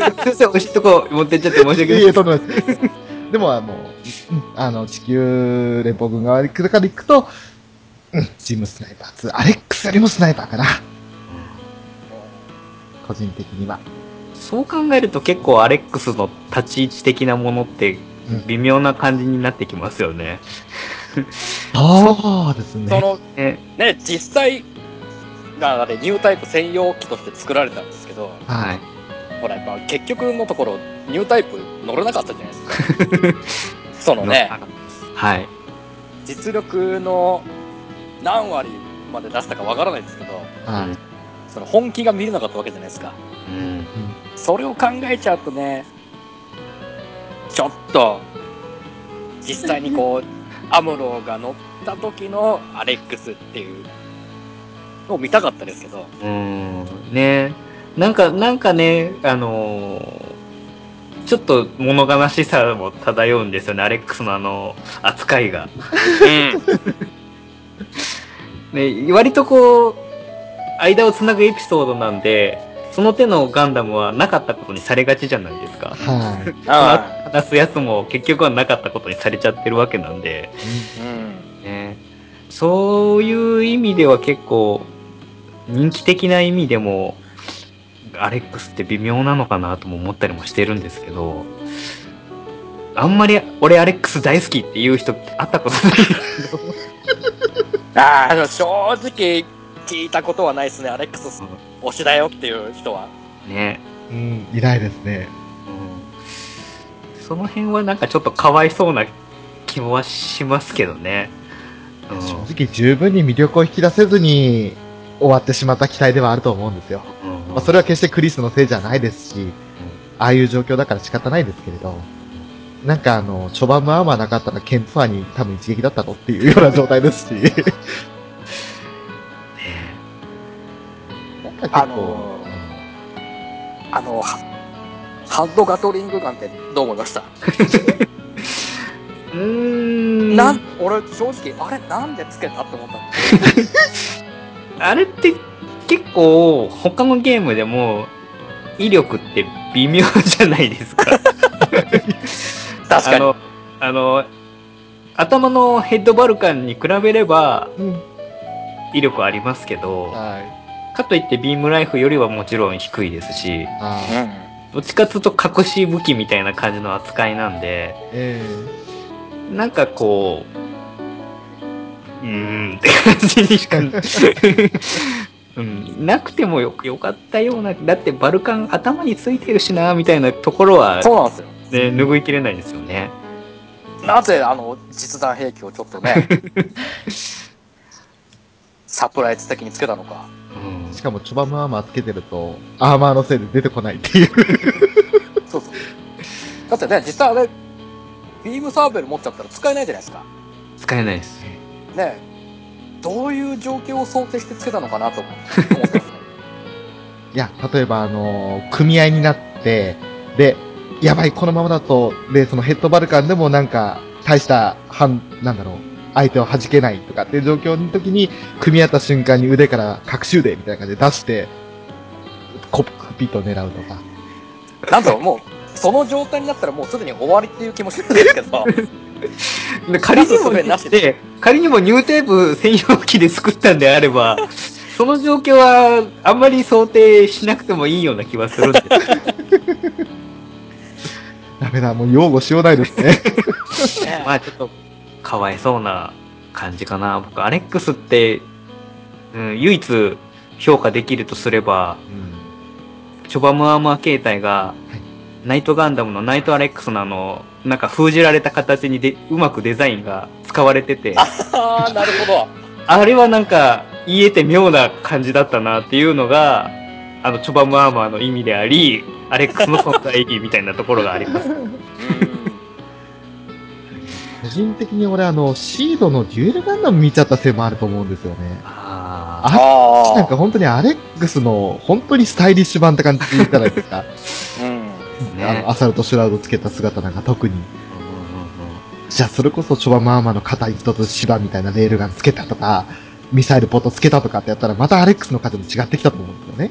[SPEAKER 4] いません、美味しいとこ持ってっちゃって申し訳
[SPEAKER 2] い
[SPEAKER 4] ない
[SPEAKER 2] え、
[SPEAKER 4] い。
[SPEAKER 2] とんでもない *laughs* です。でも、あの、うんあの、地球連邦軍側から行くと、うん、ジムスナイパー2、アレックスよりもスナイパーかな。個人的には。
[SPEAKER 4] そう考えると結構アレックスの立ち位置的なものって
[SPEAKER 2] うん
[SPEAKER 4] 微妙な感じになってきますよね。
[SPEAKER 2] そうです
[SPEAKER 3] そ
[SPEAKER 2] ね。
[SPEAKER 3] の
[SPEAKER 4] ね
[SPEAKER 3] ね実際なあれニュータイプ専用機として作られたんですけど
[SPEAKER 2] はい。
[SPEAKER 3] ほらやっぱ結局のところニュータイプ乗れなかったじゃないですかそのね
[SPEAKER 4] はい。
[SPEAKER 3] 実力の何割まで出したかわからないですけど
[SPEAKER 2] はい。
[SPEAKER 3] その本気が見れなかったわけじゃないですか
[SPEAKER 4] うん。
[SPEAKER 3] それを考えちゃうとねちょっと実際にこうアムロが乗った時のアレックスっていうのを見たかったですけど
[SPEAKER 4] うん。ねなんか、なんかね、あのーちょっと物悲しさも漂うんですよね、アレックスのあの、扱いが。ね、割とこう、間をつなぐエピソードなんで、その手のガンダムはなかったことにされがちじゃないですか。
[SPEAKER 2] はい。
[SPEAKER 3] あ
[SPEAKER 4] 話すやつも結局はなかったことにされちゃってるわけなんで、
[SPEAKER 3] あうん
[SPEAKER 4] ね、そういう意味では結構、人気的な意味でも、アレックスって微妙なのかなとも思ったりもしてるんですけど、あんまり俺アレックス大好きっていう人会ったことない。
[SPEAKER 3] ああでも正直聞いたことはないですねアレックス推しだよっていう人は
[SPEAKER 2] *laughs*
[SPEAKER 4] ね。
[SPEAKER 2] うん、いないですね。
[SPEAKER 4] うんその辺はなんかちょっとかわいそうな気もしますけどね。うん
[SPEAKER 2] 正直十分に魅力を引き出せずに終わってしまった機体ではあると思うんですよ。
[SPEAKER 4] うん
[SPEAKER 2] まあ、それは決してクリスのせいじゃないですし、ああいう状況だから仕方ないですけれど、なんかあの、序盤もアーマーなかったらケンプファーに多分一撃だったのっていうような状態ですし。なんか結構、
[SPEAKER 3] あの
[SPEAKER 2] *laughs*
[SPEAKER 3] あのはハンドガトリングガンってどう思いました
[SPEAKER 4] うーん
[SPEAKER 3] なん俺正直あれなんでつけたって思ったの
[SPEAKER 4] あれって結構他のゲームでも威力って微妙じゃないですか。
[SPEAKER 3] *laughs* 確か
[SPEAKER 4] あ
[SPEAKER 3] に
[SPEAKER 4] の、あの、頭のヘッドバルカンに比べれば
[SPEAKER 2] うん、
[SPEAKER 4] 威力ありますけど、
[SPEAKER 2] はい。
[SPEAKER 4] かといってビームライフよりはもちろん低いですし、
[SPEAKER 2] あ
[SPEAKER 3] う
[SPEAKER 2] ー
[SPEAKER 3] ん
[SPEAKER 4] どっちかというと隠し武器みたいな感じの扱いなんで、
[SPEAKER 2] え
[SPEAKER 4] なんかこう、うーんって感じにしか、うん、なくてもよよかったような、だってバルカン頭についてるしな、みたいなところは、
[SPEAKER 3] そうなんですよ
[SPEAKER 4] ね、拭いきれないですよね。
[SPEAKER 3] なぜあの実弾兵器をちょっと
[SPEAKER 4] *laughs*
[SPEAKER 3] ねサプライズ的につけたのか
[SPEAKER 4] うん
[SPEAKER 2] ーしかも序盤もアーマーつけてると、アーマーのせいで出てこないっていう。
[SPEAKER 3] そうそうだってね実際あれビームサーベル持っちゃったら使えないじゃないですか
[SPEAKER 4] 使えないです。
[SPEAKER 3] ねえどういう状況を想定してつけたのかなと思ってますね
[SPEAKER 2] いや、例えば、あのー組合になって、で、やばい、このままだと、で、そのヘッドバルカンでもなんか、大した、反、なんだろう、相手を弾けないとかっていう状況の時に、組み合った瞬間に腕から隠し腕みたいな感じで出して、コックピットを狙うとか。
[SPEAKER 3] なんだろうもうその状態になったらもうすでに終わりっていう気もするんですけど
[SPEAKER 4] で仮に
[SPEAKER 3] なす
[SPEAKER 4] も、
[SPEAKER 3] すべなし
[SPEAKER 4] で、仮にもニューテープ専用機で作ったんであれば、その状況はあんまり想定しなくてもいいような気はするんです。
[SPEAKER 2] ダメだ、もう擁護しようないですね。
[SPEAKER 3] ね
[SPEAKER 4] *laughs* まあちょっと、かわいそうな感じかな。僕、アレックスって、うん、唯一評価できるとすれば、
[SPEAKER 2] うん
[SPEAKER 4] チョバムアーマー形態が、ナイトガンダムのナイトアレックスのあの、なんか封じられた形にで、うまくデザインが使われてて、
[SPEAKER 3] *laughs* ああ、なるほど。
[SPEAKER 4] あれはなんか、言えて妙な感じだったなっていうのが、あの、チョバムアーマーの意味であり、アレックスの存在意義みたいなところがあります。
[SPEAKER 2] *laughs* 個人的に俺あの、シードのデュエルガンダム見ちゃったせいもあると思うんですよね。
[SPEAKER 4] あ
[SPEAKER 2] あ
[SPEAKER 3] あ
[SPEAKER 2] なんか本当にアレックスの本当にスタイリッシュ版って感じじゃないですか。
[SPEAKER 3] ーうん。
[SPEAKER 4] あ、
[SPEAKER 2] あの、アサルトシュラウドつけた姿なんか特に。
[SPEAKER 4] うんうんうん
[SPEAKER 2] じゃあそれこそチョバマーマの肩一つ芝みたいなレールガンつけたとか、ミサイルポットつけたとかってやったらまたアレックスの数も違ってきたと思うんですよね。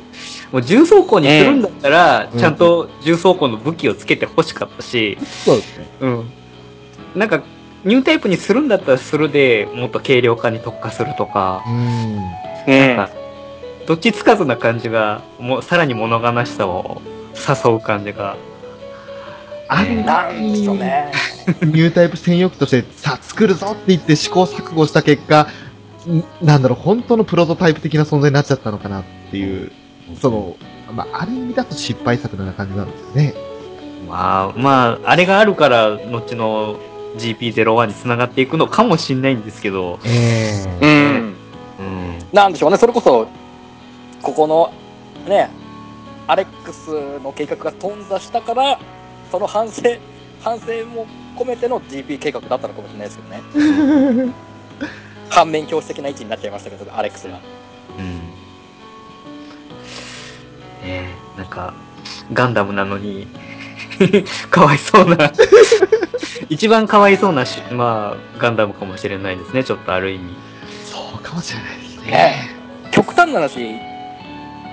[SPEAKER 4] もう重装甲にするんだったら、
[SPEAKER 2] うん
[SPEAKER 4] ちゃんと重装甲の武器をつけて欲しかったし、
[SPEAKER 2] そうですね。
[SPEAKER 4] うん。なんか、ニュータイプにするんだったらするで、もっと軽量化に特化するとか
[SPEAKER 2] う、ーん。
[SPEAKER 3] うん。
[SPEAKER 4] なんかどっちつかずな感じが、もうさらに物悲しさを誘う感じが。
[SPEAKER 2] あんな
[SPEAKER 3] なんで
[SPEAKER 2] に
[SPEAKER 3] しょうね。
[SPEAKER 2] ニュータイプ専用機として、さあ作るぞって言って試行錯誤した結果、んなんだろう、本当のプロトタイプ的な存在になっちゃったのかなっていう、その、まあ、ある意味だと失敗作のような感じなんですね。
[SPEAKER 4] まあ、まあ、あれがあるから、後の GP01 につながっていくのかもしんないんですけど、
[SPEAKER 2] ええ
[SPEAKER 3] うん。
[SPEAKER 4] うん。
[SPEAKER 3] なんでしょうね、それこそ、ここの、ね、アレックスの計画が頓挫したから、その反省、反省も込めての GP 計画だったのかもしれないですけどね。
[SPEAKER 4] *laughs*
[SPEAKER 3] 反面教師的な位置になっちゃいましたけど、アレックスが。
[SPEAKER 4] うんねえなんかガンダムなのに *laughs* かわいそうな一番かわいそうなしまあガンダムかもしれないですねちょっとある意味
[SPEAKER 2] そうかもしれないですね。
[SPEAKER 3] ねえ極端な話、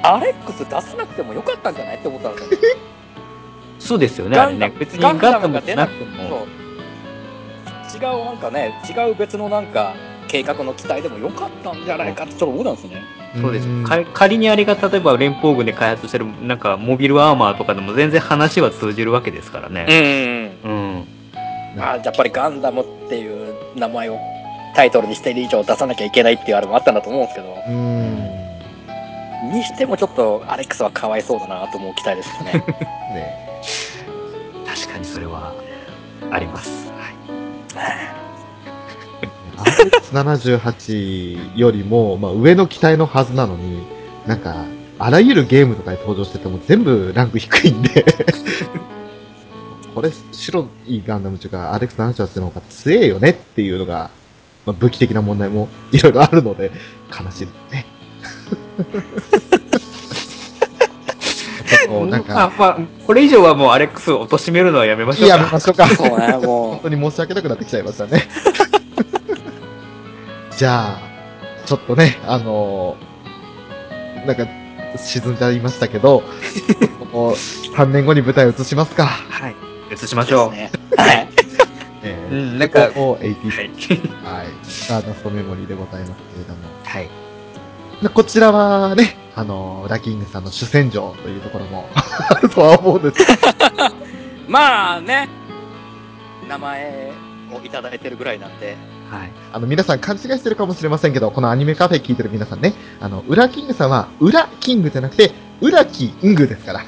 [SPEAKER 3] アレックス出さなくてもよかったんじゃないって思ったんですよね。
[SPEAKER 4] そうですよね
[SPEAKER 3] ガ
[SPEAKER 4] あれ
[SPEAKER 3] ンダ
[SPEAKER 4] ね
[SPEAKER 3] ム
[SPEAKER 4] 別に
[SPEAKER 3] ガ
[SPEAKER 4] ガ
[SPEAKER 3] ン
[SPEAKER 4] ン
[SPEAKER 3] ダ
[SPEAKER 4] ダ
[SPEAKER 3] ム
[SPEAKER 4] ム
[SPEAKER 3] が
[SPEAKER 4] じ
[SPEAKER 3] 出
[SPEAKER 4] ゃ
[SPEAKER 3] な
[SPEAKER 4] な
[SPEAKER 3] くて
[SPEAKER 4] くて
[SPEAKER 3] も
[SPEAKER 4] も
[SPEAKER 3] そう違うなんかね違う別のなんか計画の期待でもよかったんじゃないかってちょっと思ったんですね
[SPEAKER 4] そうです
[SPEAKER 2] ん
[SPEAKER 4] か仮にあれが例えば連邦軍で開発してるなんかモビルアーマーとかでも全然話は通じるわけですからね
[SPEAKER 3] う
[SPEAKER 4] うん
[SPEAKER 3] んあーやっぱりガンダムっていう名前をタイトルにしてる以上出さなきゃいけないっていうあれもあったんだと思うんですけど
[SPEAKER 2] うーん。
[SPEAKER 3] にしてもちょっとアレックスはかわいそうだなと思う期待ですね *laughs*
[SPEAKER 2] ね
[SPEAKER 4] 確かにそれはあります、はい
[SPEAKER 2] アレックス78よりも、まあ、上の機体のはずなのに、なんか、あらゆるゲームとかに登場してても全部ランク低いんで。これ、白いガンダムというか、アレックス78の方が強えよねっていうのが、まあ、武器的な問題もいろいろあるので、悲しいですね。 *laughs* もうなん
[SPEAKER 4] まあ
[SPEAKER 2] か、
[SPEAKER 4] まあ、これ以上はもうアレックスを貶としめるのはやめましょうか。
[SPEAKER 2] やめましょうか。
[SPEAKER 3] そうねも
[SPEAKER 2] 本当に申し訳なくなってきちゃいましたね。 *laughs* じゃあ、ちょっとね、あのーなんか、沈んじゃいましたけど、 *laughs* ここ3年後に舞台を移しますか。
[SPEAKER 4] はい。移しま
[SPEAKER 3] う
[SPEAKER 4] しょう。
[SPEAKER 3] ですねはい
[SPEAKER 2] えー
[SPEAKER 4] うんなんか
[SPEAKER 2] ここ80
[SPEAKER 4] はい。
[SPEAKER 2] はい。ガーダストメモリーでございますけれども。
[SPEAKER 4] はい。
[SPEAKER 2] でこちらはね、あのーラキングさんの主戦場というところも *laughs* あるとは思うんですけど、
[SPEAKER 3] まあね名前をいただいてるぐらいなんで
[SPEAKER 4] はい。
[SPEAKER 2] あの、皆さん勘違いしてるかもしれませんけど、このアニメカフェ聞いてる皆さんね、あの、裏キングさんは、裏キングじゃなくて、裏キングですから。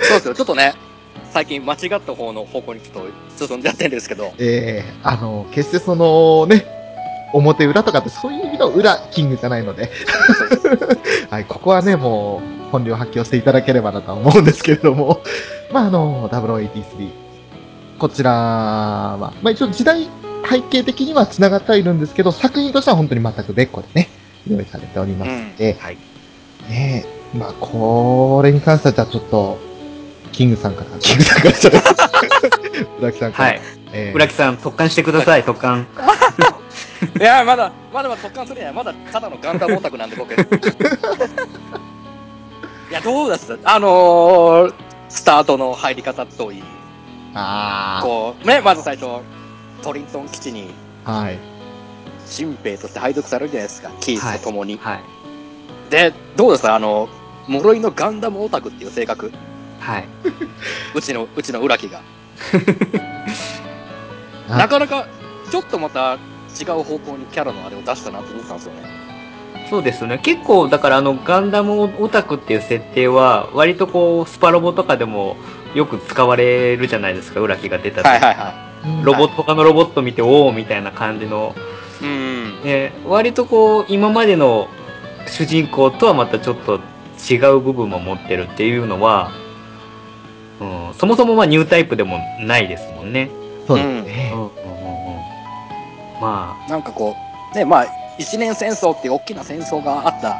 [SPEAKER 3] そうですよちょっとね最近間違った方の方向にちょっと進んじゃってるんですけど
[SPEAKER 2] ええあの、決してそのね、表裏とかってそういう意味の裏キングじゃないので、 *laughs* はい、ここはね、もう本領発揮をしていただければなとは思うんですけれども、まああの、0083、こちらは、まあ一応時代背景的には繋がってはいるんですけど、作品としては本当に全く別個でね、用意されておりますので、
[SPEAKER 4] はい。
[SPEAKER 2] ねえ、まあこれに関してはじゃあちょっと、キングさんから、キングさんからじゃない村木さんから。
[SPEAKER 4] はい。
[SPEAKER 2] ええ
[SPEAKER 4] 浦木さん、特感してください、特感。
[SPEAKER 3] いやまだまだまだ特感するにはまだただのガンダムオタクなんで
[SPEAKER 4] *laughs*
[SPEAKER 3] 僕いやどうですあのー、スタートの入り方といい
[SPEAKER 2] ああ。
[SPEAKER 3] こうねまず最初トリントン基地に
[SPEAKER 2] はい。
[SPEAKER 3] 新兵として配属されるじゃないですかキースと共に、
[SPEAKER 4] はい。
[SPEAKER 3] でどうですあの呪いのガンダムオタクっていう性格
[SPEAKER 4] はい。
[SPEAKER 3] うちのうちの浦
[SPEAKER 4] *laughs*
[SPEAKER 3] 木が
[SPEAKER 2] あ
[SPEAKER 3] なかなかちょっとまた違う方向にキャラのあれを出したなと思ったんですよね
[SPEAKER 4] そうですね。結構、だからあの、ガンダムオタクっていう設定は、割とこう、スパロボとかでも、よく使われるじゃないですか、裏木が出た時、
[SPEAKER 3] はいはいは
[SPEAKER 4] ロボット他のロボット見て、おおみたいな感じの、
[SPEAKER 3] い。うん。
[SPEAKER 4] ね、割とこう、今までの主人公とはまたちょっと違う部分も持ってるっていうのは、うん、そもそもまあニュータイプでもないですもんね。
[SPEAKER 2] そうですね。
[SPEAKER 4] まあ、
[SPEAKER 3] なんかこう、ね、まあ、一年戦争っていう大きな戦争があった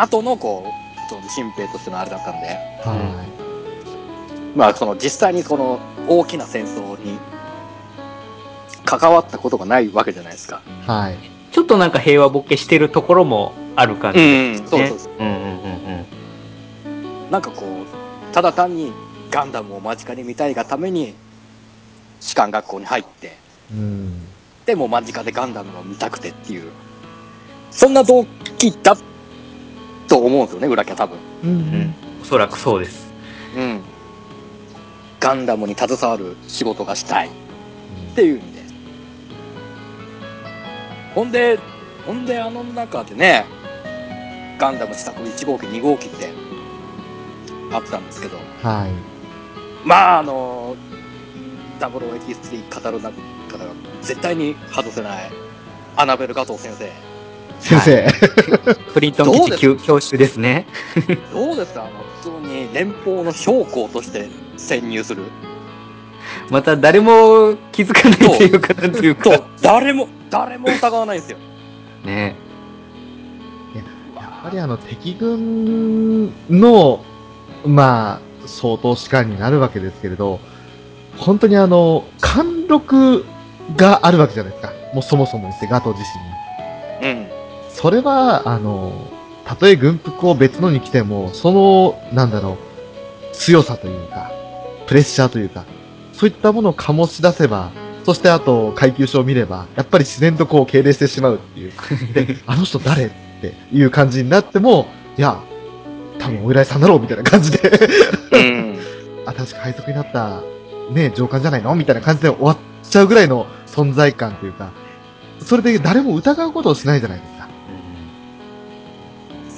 [SPEAKER 3] 後の、こう、その新兵としてのあれだったんで、
[SPEAKER 2] はい。
[SPEAKER 3] まあ、その実際にその大きな戦争に関わったことがないわけじゃないですか。
[SPEAKER 2] はい。
[SPEAKER 4] ちょっとなんか平和ボケしてるところもある感じですね。
[SPEAKER 3] そうそうそう。
[SPEAKER 4] うんうんうんうん。
[SPEAKER 3] なんかこう、ただ単にガンダムを間近に見たいがために、士官学校に入って、
[SPEAKER 2] うん。
[SPEAKER 3] でもう間近でガンダムを見たくてっていう、そんな動機だと思うんですよね、裏キャ多分。
[SPEAKER 2] う
[SPEAKER 4] うん
[SPEAKER 2] ん。
[SPEAKER 4] おそらくそうです。
[SPEAKER 3] うん。ガンダムに携わる仕事がしたいっていうんで。ほんで、ほんであの中でね、ガンダム試作1号機、2号機ってあったんですけど、
[SPEAKER 2] はい。
[SPEAKER 3] まああの、0083語る中から絶対に外せない、アナベル・ガトー先生。
[SPEAKER 2] 先生。
[SPEAKER 4] プリントン基地教教習ですね。
[SPEAKER 3] どうですかあの、普通に連邦の将校として潜入する。
[SPEAKER 4] また誰も気づかないというか、なんていう
[SPEAKER 3] と
[SPEAKER 4] か。、
[SPEAKER 3] 誰も、誰も疑わないんですよ。
[SPEAKER 4] ね。
[SPEAKER 2] やっぱりあの敵軍の、まあ、相当士官になるわけですけれど、本当にあの、貫禄があるわけじゃないですか。もうそもそもにして、ガトー自身に。
[SPEAKER 3] うん。
[SPEAKER 2] それは、あの、たとえ軍服を別のに着ても、その、なんだろう、強さというか、プレッシャーというか、そういったものを醸し出せば、そしてあと、階級書を見れば、やっぱり自然とこう敬礼してしまうって *laughs* いう。で、あの人誰っていう感じになっても、いや、多分お依頼さんだろうみたいな感じで、 *laughs*
[SPEAKER 3] うん。
[SPEAKER 2] あ、確か配属になった、ね、上官じゃないのみたいな感じで終わっちゃうぐらいの存在感というか、それで誰も疑うことをしないじゃないですか。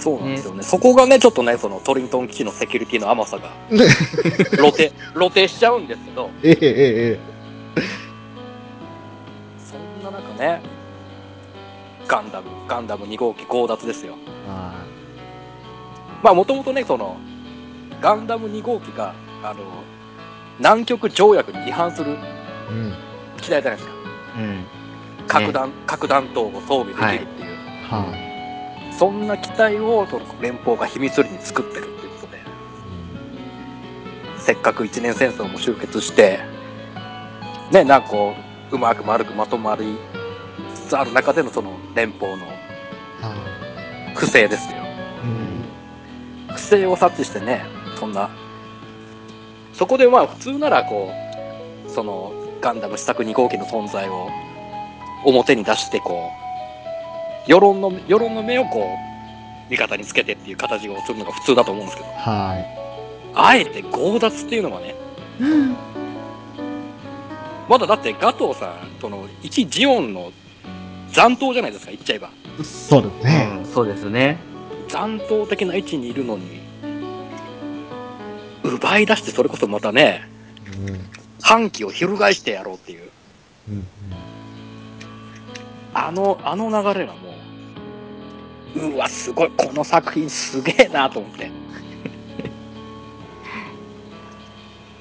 [SPEAKER 3] そうなんですよね。そこがね、ちょっとね、そのトリントン基地のセキュリティの甘さが、
[SPEAKER 2] ね
[SPEAKER 3] 露呈、 *laughs* 露呈しちゃうんですけど、
[SPEAKER 2] *laughs* ええええええ。
[SPEAKER 3] そんな中ね、ガンダム、ガンダム2号機強奪ですよ。
[SPEAKER 2] あ
[SPEAKER 3] まあ、もともとね、その、ガンダム2号機が、あの、南極条約に違反する
[SPEAKER 2] あ、うん。
[SPEAKER 3] 機体じゃないですか。
[SPEAKER 4] うん。
[SPEAKER 3] 核弾、核弾頭を装備できるっていう。
[SPEAKER 2] はい、
[SPEAKER 3] そんな機体をその連邦が秘密裏に作ってるっていうことで、せっかく一年戦争も終結して、ね、なんかこう、うまく丸くまとまりつつある中でのその連邦の
[SPEAKER 2] は
[SPEAKER 3] 不正ですよ。
[SPEAKER 2] い。うん。
[SPEAKER 3] 不正を察知してね、そんな。そこでまあ普通ならこう、そのガンダム試作2号機の存在を表に出してこう、世論の、世論の目をこう、味方につけてっていう形をするのが普通だと思うんですけど、
[SPEAKER 2] は
[SPEAKER 3] あえて強奪っていうのがね、まだだってガトーさん、その、一ジオンの残党じゃないですか、言っちゃえば。
[SPEAKER 2] い。そうですね。
[SPEAKER 4] うん、そうですね。
[SPEAKER 3] 残党的な位置にいるのに、奪い出してそれこそまたね、
[SPEAKER 2] うん。うん。
[SPEAKER 3] 反旗を翻してやろうっていう、
[SPEAKER 2] うん。
[SPEAKER 3] あの、あの流れがもう、うわ、すごい、この作品すげえなと思って。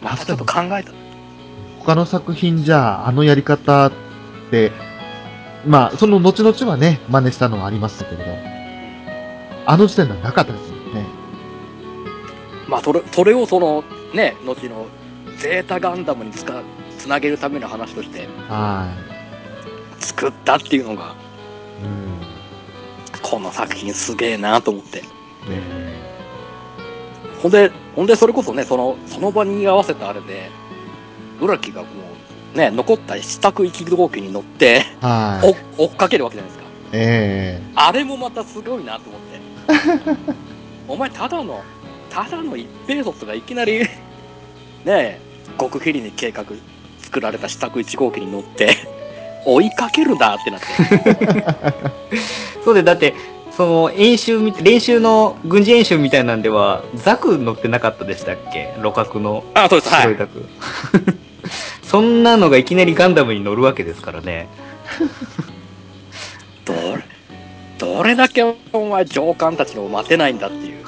[SPEAKER 3] またちょっと考えた。
[SPEAKER 2] 他の作品じゃ、あのやり方って、まあ、その後々はね、真似したのはありましたけれど、あの時点ではなかったですよね。
[SPEAKER 3] まあ、それ、それをその、ね、後の、ゼータガンダムにつか、つなげるための話として
[SPEAKER 2] は
[SPEAKER 3] 作ったっていうのが、
[SPEAKER 2] い。うん。
[SPEAKER 3] この作品すげえなと思って。
[SPEAKER 2] ね
[SPEAKER 3] ほんで、ほんで、それこそね、その、その場に居合わせたあれで、浦木がもう、ね、残った支度行き動機に乗って、
[SPEAKER 2] はい。
[SPEAKER 3] お追っかけるわけじゃないですか。
[SPEAKER 2] え
[SPEAKER 3] あれもまたすごいなと思って。 *laughs* お前、ただの、ただの一平卒がいきなり、 *laughs* ね、極秘裏に計画作られた支度1号機に乗 *laughs* って、追いかけるなってなって。
[SPEAKER 4] そうで、だって、その演習み、練習の軍事演習みたいなんでは、ザク乗ってなかったでしたっけ路角の
[SPEAKER 3] *laughs* あ、そうです。は
[SPEAKER 4] 白
[SPEAKER 3] い
[SPEAKER 4] い。ザク。 *laughs* そんなのがいきなりガンダムに乗るわけですからね。
[SPEAKER 3] どれ、どれだけお前上官たちを待てないんだって *laughs* いう。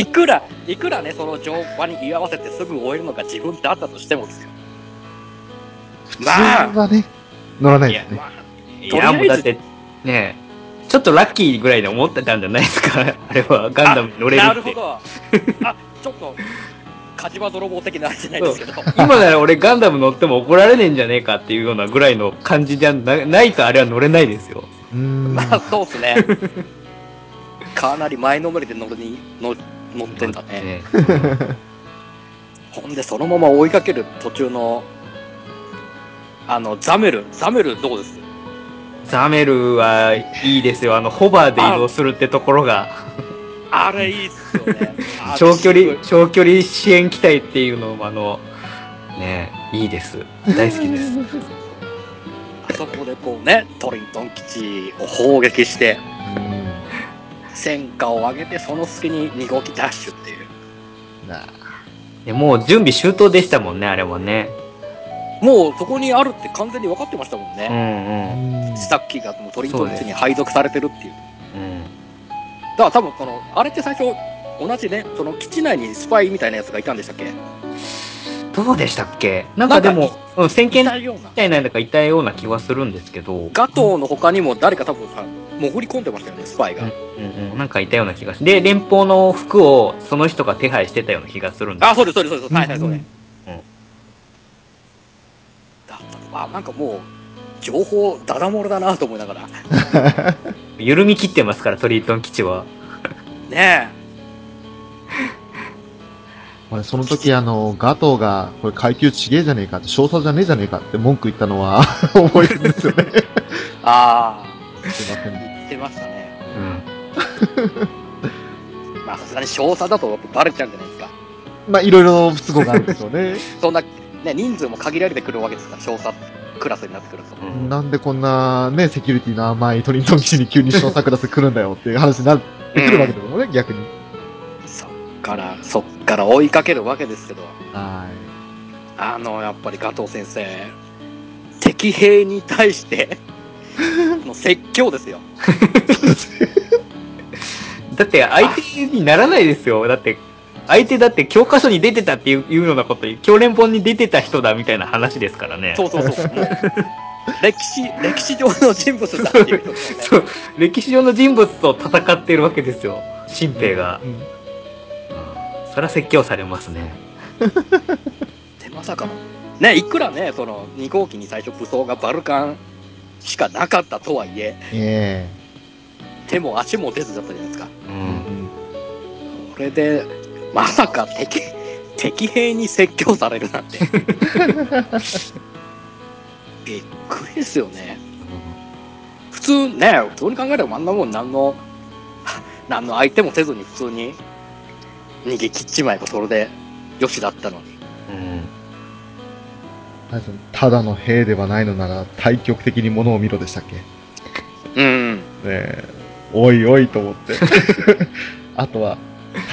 [SPEAKER 3] いくら、いくらね、その上場に居合わせてすぐ終えるのが自分ってあったとしてもですよ。まあ、
[SPEAKER 2] はね、乗らない
[SPEAKER 3] い
[SPEAKER 2] で
[SPEAKER 3] や
[SPEAKER 2] す、ね。
[SPEAKER 3] まあ、
[SPEAKER 4] い
[SPEAKER 3] とりあ
[SPEAKER 4] や、もうだ
[SPEAKER 3] え
[SPEAKER 4] っ
[SPEAKER 3] ず、
[SPEAKER 4] て、ねえちょっとラッキーぐらいで思ってたんじゃないですか。 *laughs* あれは、ガンダムに乗れるって。
[SPEAKER 3] なるほど。あ、ちょっと、火事場泥棒的なあれじゃないですけど。
[SPEAKER 4] 今なら俺ガンダム乗っても怒られねえんじゃねえかっていうようなぐらいの感じじゃなないとあれは乗れないですよ。
[SPEAKER 2] うーん。
[SPEAKER 3] まあ、そうっすね。かなり前のめりで乗るに、乗乗ってんだね。
[SPEAKER 4] ね
[SPEAKER 3] ほんで、そのまま追いかける途中の、あの、ザメル、ザメルどうです
[SPEAKER 4] ザメルはいいですよ。あの、ホバーで移動するってところが、。
[SPEAKER 3] あれいいっすよね
[SPEAKER 4] *laughs* 長距離、長距離支援機体っていうのもあの、ねえいいです。大好き *laughs* です。
[SPEAKER 3] あそこでこうね、トリントン基地を砲撃して、
[SPEAKER 2] う
[SPEAKER 3] 戦果を上げて、その隙に2号機ダッシュっていう。
[SPEAKER 2] んなあ
[SPEAKER 4] でもう準備周到でしたもんね、あれもね。
[SPEAKER 3] もうそこにあるって完全に分かってましたもん
[SPEAKER 4] う
[SPEAKER 3] ね。
[SPEAKER 4] んうん。
[SPEAKER 3] スタッキーがもうトリントン基地に配属されてるっていう。
[SPEAKER 4] うん
[SPEAKER 3] だから多分この、あれって最初、同じね、その基地内にスパイみたいなやつがいたんでしたっけ
[SPEAKER 4] どうでしたっけなんかで
[SPEAKER 3] なん
[SPEAKER 4] も
[SPEAKER 3] か、
[SPEAKER 4] うん、先見
[SPEAKER 3] い
[SPEAKER 4] み
[SPEAKER 3] たような。
[SPEAKER 4] たいなのがいたような気はするんですけど。
[SPEAKER 3] ガトーの他にも誰か多分さ、潜り込んでましたよね、スパイが。
[SPEAKER 4] うんうん、なんかいたような気がしで、連邦の服をその人が手配してたような気がするんです。
[SPEAKER 3] あ、そうです、そうです、そうです。はいはい、そうです。
[SPEAKER 4] う
[SPEAKER 3] だ
[SPEAKER 4] ん
[SPEAKER 3] ったあ、なんかもう、情報、ダダ漏れだなと思いながら。
[SPEAKER 4] 緩み切ってますから、トリートン基地は。
[SPEAKER 3] ね
[SPEAKER 2] 俺、その時、あの、ガトーが、これ階級ちげえじゃねえかって、少佐じゃねえじゃねえかって文句言ったのは、 *laughs* 覚えてるんですよね。
[SPEAKER 3] え。あ
[SPEAKER 2] すいませ
[SPEAKER 3] あ、
[SPEAKER 2] ん。
[SPEAKER 3] 言ってましたね。
[SPEAKER 4] うん。
[SPEAKER 3] まあ、さすがに少佐だとやっぱバレちゃうんじゃないですか。
[SPEAKER 2] まあ、いろいろ不都合があるんでしょうね。
[SPEAKER 3] そんな、ね、人数も限られてくるわけですから、少佐クラスになってくると。
[SPEAKER 4] うん
[SPEAKER 2] なんでこんな、ね、セキュリティの甘いトリントン基地に急に小クラス来るんだよっていう話になってくるわけですもんね、逆に。
[SPEAKER 3] そっから、そっから追いかけるわけですけど、
[SPEAKER 2] は
[SPEAKER 3] あの、やっぱりガトー先生、敵兵に対して、の説教ですよ。
[SPEAKER 4] だって、相手にならないですよ。だって、相手だって教科書に出てたっていういうようなこと、教連本に出てた人だみたいな話ですからね。
[SPEAKER 3] そうそう
[SPEAKER 4] *laughs*
[SPEAKER 3] そう。もう歴史、歴史上の人物だっていう人ですよね
[SPEAKER 4] そう。歴史上の人物と戦っているわけですよ。新
[SPEAKER 2] い。
[SPEAKER 4] 兵が
[SPEAKER 2] う。ん
[SPEAKER 4] うんそれは説教されますね。
[SPEAKER 3] でまさかのねいくらねその2号機に最初武装がバルカンしかなかったとはいえ
[SPEAKER 2] え
[SPEAKER 3] 手も足も出ずだったじゃないですか
[SPEAKER 4] う
[SPEAKER 2] え
[SPEAKER 4] ん。
[SPEAKER 3] これでまさか敵敵兵に説教される *laughs* なんてびっくりですよね普通ね普通に考えればあんなもん何の何の相手もせずに普通に逃げ切っちまえばそれでよしだったのに
[SPEAKER 4] うん。
[SPEAKER 2] あれですねただの兵ではないのなら、対極的にものを見ろでしたっけね
[SPEAKER 3] うん
[SPEAKER 2] え、おいおいと思
[SPEAKER 4] *laughs*
[SPEAKER 2] って。あとは、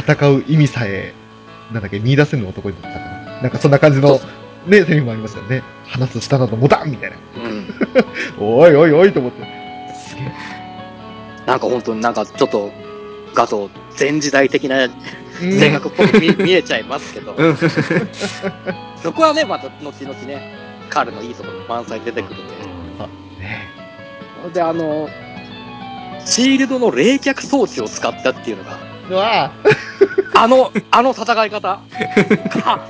[SPEAKER 2] 戦う意味さえ、なんだっけ、見出せぬ男になったかな。なんかそんな感じの
[SPEAKER 3] そ、
[SPEAKER 2] ね、セリフもありましたよね。話す下などモダンみたいな。
[SPEAKER 3] うん
[SPEAKER 2] おいおいおいと思って。すげえ。
[SPEAKER 3] なんか本当になんかちょっと画像全時代的な
[SPEAKER 2] うん
[SPEAKER 3] 性格っぽく見,、見えちゃいますけど
[SPEAKER 4] うん。
[SPEAKER 3] そこはねまた後々ね彼のいいところも満載出てくるんで、
[SPEAKER 2] ね
[SPEAKER 3] であのシールドの冷却装置を使ったっていうのが
[SPEAKER 4] *laughs*
[SPEAKER 2] うわ
[SPEAKER 3] あのあの戦い方かか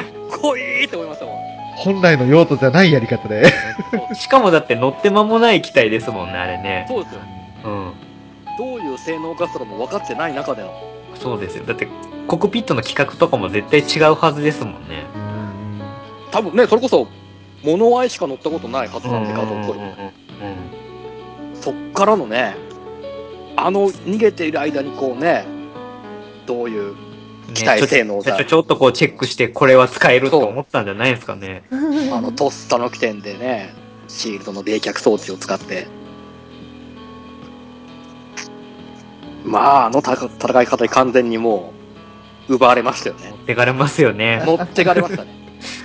[SPEAKER 3] っこいいと思いましたもん
[SPEAKER 2] 本来の用途じゃないやり方で。
[SPEAKER 4] しかもだって乗って間もない機体ですもんね、あれね。
[SPEAKER 3] そうですよ
[SPEAKER 4] うん。
[SPEAKER 3] どういう性能かすらも分かってない中での
[SPEAKER 4] そうですよ。だって、コックピットの企画とかも絶対違うはずですもんね。
[SPEAKER 3] 多分ねそれこそ物合いしか乗ったことないはず
[SPEAKER 4] うんう
[SPEAKER 3] なんんで
[SPEAKER 4] う
[SPEAKER 3] 画像っぽい
[SPEAKER 4] ん
[SPEAKER 3] そっからのね、あの逃げている間にこうね、どういう、
[SPEAKER 4] うん
[SPEAKER 3] 機体性能
[SPEAKER 4] ねちょ
[SPEAKER 3] が
[SPEAKER 4] ちょちょっとこうチェックして、これは使えると思ったんじゃないですかね。
[SPEAKER 3] あのとっさの起点でね、シールドの冷却装置を使って、まあ、あのたか戦い方に完全にもう、奪われましたよね。
[SPEAKER 4] 持ってかれますよね。
[SPEAKER 3] 持ってかれました *laughs* ね。